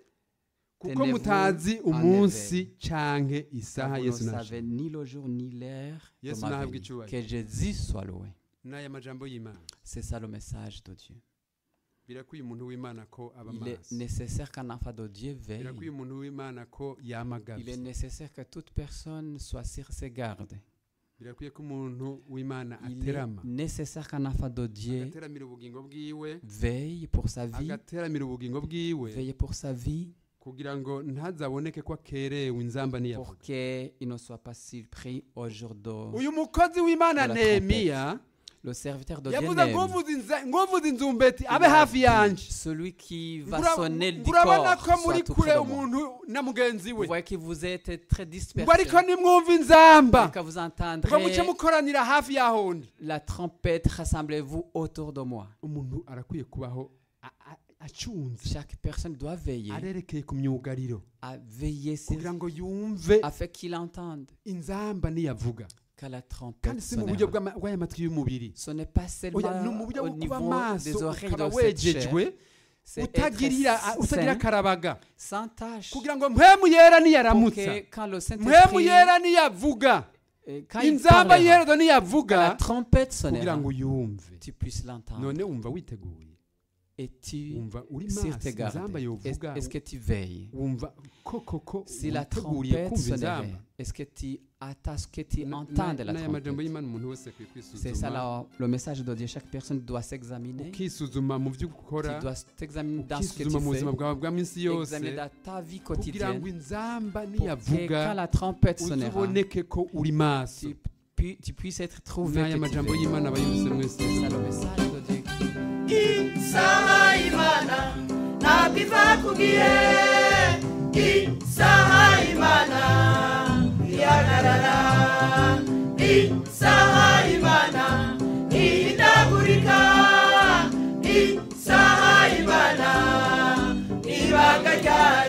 Speaker 1: kuko
Speaker 2: Tenez-vous
Speaker 1: mutazi
Speaker 2: en
Speaker 1: umunsi
Speaker 2: éveil.
Speaker 1: canke isaha
Speaker 2: car vous ne
Speaker 1: yesu nashimye
Speaker 2: savez ni le jour ni l'heure. de
Speaker 1: Yesu
Speaker 2: ma
Speaker 1: nahabwe
Speaker 2: venue.
Speaker 1: icyubahiro.
Speaker 2: Que Jésus soit loué.
Speaker 1: n'aya majambo y'imana
Speaker 2: C'est ça le message de Dieu.
Speaker 1: birakwiye umuntu w'imana ko aba
Speaker 2: Il est
Speaker 1: maso
Speaker 2: nécessaire qu'un enfant de Dieu veille.
Speaker 1: birakwiye umuntu w'imana ko
Speaker 2: Il est
Speaker 1: yamagavye
Speaker 2: nécessaire que toute personne soit sur ses gardes.
Speaker 1: birakwiye ko umuntu w'imana
Speaker 2: Il est
Speaker 1: aterama
Speaker 2: nécessaire qu'un enfant de Dieu
Speaker 1: agateramira ubugingo bwiwe
Speaker 2: veille pour sa vie,
Speaker 1: agateramira ubugingo bwiwe
Speaker 2: veille pour sa vie,
Speaker 1: kugira ngo ntazaboneke ko akerewe inzamba
Speaker 2: pour
Speaker 1: ntiyavuga
Speaker 2: qu'il ne soit pas surpris au jour de...
Speaker 1: uyu mukozi w'imana
Speaker 2: Dans la
Speaker 1: nehemiya
Speaker 2: Le serviteur de Dieu
Speaker 1: yavuze ngo
Speaker 2: n'aime.
Speaker 1: uvuze inza- ngo uvuze inzumbeti
Speaker 2: Il
Speaker 1: abe
Speaker 2: a
Speaker 1: Ah, ben, hafi
Speaker 2: dit,
Speaker 1: yanjye
Speaker 2: Celui qui va
Speaker 1: Ngura-
Speaker 2: sonner du
Speaker 1: ngurabona
Speaker 2: corps
Speaker 1: ko muri
Speaker 2: soit tout
Speaker 1: kure
Speaker 2: près de moi.
Speaker 1: umuntu na mugenzi
Speaker 2: Vous
Speaker 1: we
Speaker 2: voyez que vous êtes très
Speaker 1: ngo
Speaker 2: dispersé.
Speaker 1: ariko nimwumva inzamba
Speaker 2: Quand vous
Speaker 1: ngo muce
Speaker 2: entendrez
Speaker 1: mukoranira hafi y'aho undi
Speaker 2: la trompette, rassemblez-vous autour de moi.
Speaker 1: umuntu arakwiye kubaho a- a- acunze
Speaker 2: Chaque personne doit veiller,
Speaker 1: arerekeye ku myugariro
Speaker 2: à veiller sur
Speaker 1: kugira ngo yumve
Speaker 2: afin qu'il entende
Speaker 1: inzamba niyavuga
Speaker 2: qu'à la
Speaker 1: kandi
Speaker 2: trompette
Speaker 1: si mu buryo
Speaker 2: sonnera.
Speaker 1: bw'ama- bw'aya matwi y'umubiri
Speaker 2: Ce n'est pas
Speaker 1: Oya,
Speaker 2: seulement
Speaker 1: ni mu buryo
Speaker 2: au
Speaker 1: bwo kuba
Speaker 2: niveau des
Speaker 1: maso
Speaker 2: oreilles
Speaker 1: ukaba
Speaker 2: de cette chair,
Speaker 1: wejejwe
Speaker 2: c'est
Speaker 1: utagirira
Speaker 2: être
Speaker 1: utagira
Speaker 2: saint,
Speaker 1: akarabaga
Speaker 2: sans tâche.
Speaker 1: kugira ngo mpemu yera
Speaker 2: Pour
Speaker 1: niyaramutsa
Speaker 2: que quand le
Speaker 1: mpemu
Speaker 2: Saint-Esprit,
Speaker 1: yera niyavuga
Speaker 2: euh, quand il
Speaker 1: inzamba
Speaker 2: parlera,
Speaker 1: yerezo niyavuga
Speaker 2: la trompette
Speaker 1: kugira
Speaker 2: sonnera,
Speaker 1: ngo uyumve
Speaker 2: tu puisses l'entendre.
Speaker 1: none wumva witeguye
Speaker 2: Et tu
Speaker 1: wumva uri
Speaker 2: sur
Speaker 1: maso
Speaker 2: tes gardes.
Speaker 1: inzamba
Speaker 2: Est-
Speaker 1: yovuga
Speaker 2: Est-ce que tu veilles
Speaker 1: wumva ko koko
Speaker 2: Si la
Speaker 1: witeguriye
Speaker 2: trompette
Speaker 1: kumva
Speaker 2: sonnerait,
Speaker 1: inzamba
Speaker 2: est-ce que tu attends ce que tu
Speaker 1: Na-
Speaker 2: entends
Speaker 1: na-
Speaker 2: de la
Speaker 1: n'aya majambo
Speaker 2: trompette
Speaker 1: y'imana umuntu wese akwiye
Speaker 2: C'est ça
Speaker 1: kwisuzuma
Speaker 2: là, le message de Dieu. Chaque personne doit s'examiner. Tu
Speaker 1: ukisuzuma mu byo ukora
Speaker 2: dois t'examiner dans ce que tu
Speaker 1: ukisuzuma mu buzima
Speaker 2: fais.
Speaker 1: bwawe bwa minsi yose
Speaker 2: examiner dans ta vie
Speaker 1: kugira
Speaker 2: quotidienne
Speaker 1: ngo inzamba
Speaker 2: pour que
Speaker 1: niyavuga
Speaker 2: quand la trompette sonnera,
Speaker 1: uzuboneke ko uri maso
Speaker 2: tu, pu- tu puisses être trouvé.
Speaker 1: n'aya
Speaker 2: que tu
Speaker 1: majambo
Speaker 2: veilles.
Speaker 1: y'imana abayumvise mwese
Speaker 2: C'est ça le message de Dieu.
Speaker 1: inzamba
Speaker 3: isaha y'imana ntabwo iva ku gihe isaha y'imana ihagarara isaha y'imana ntihindagurika isaha y'imana ibanga rya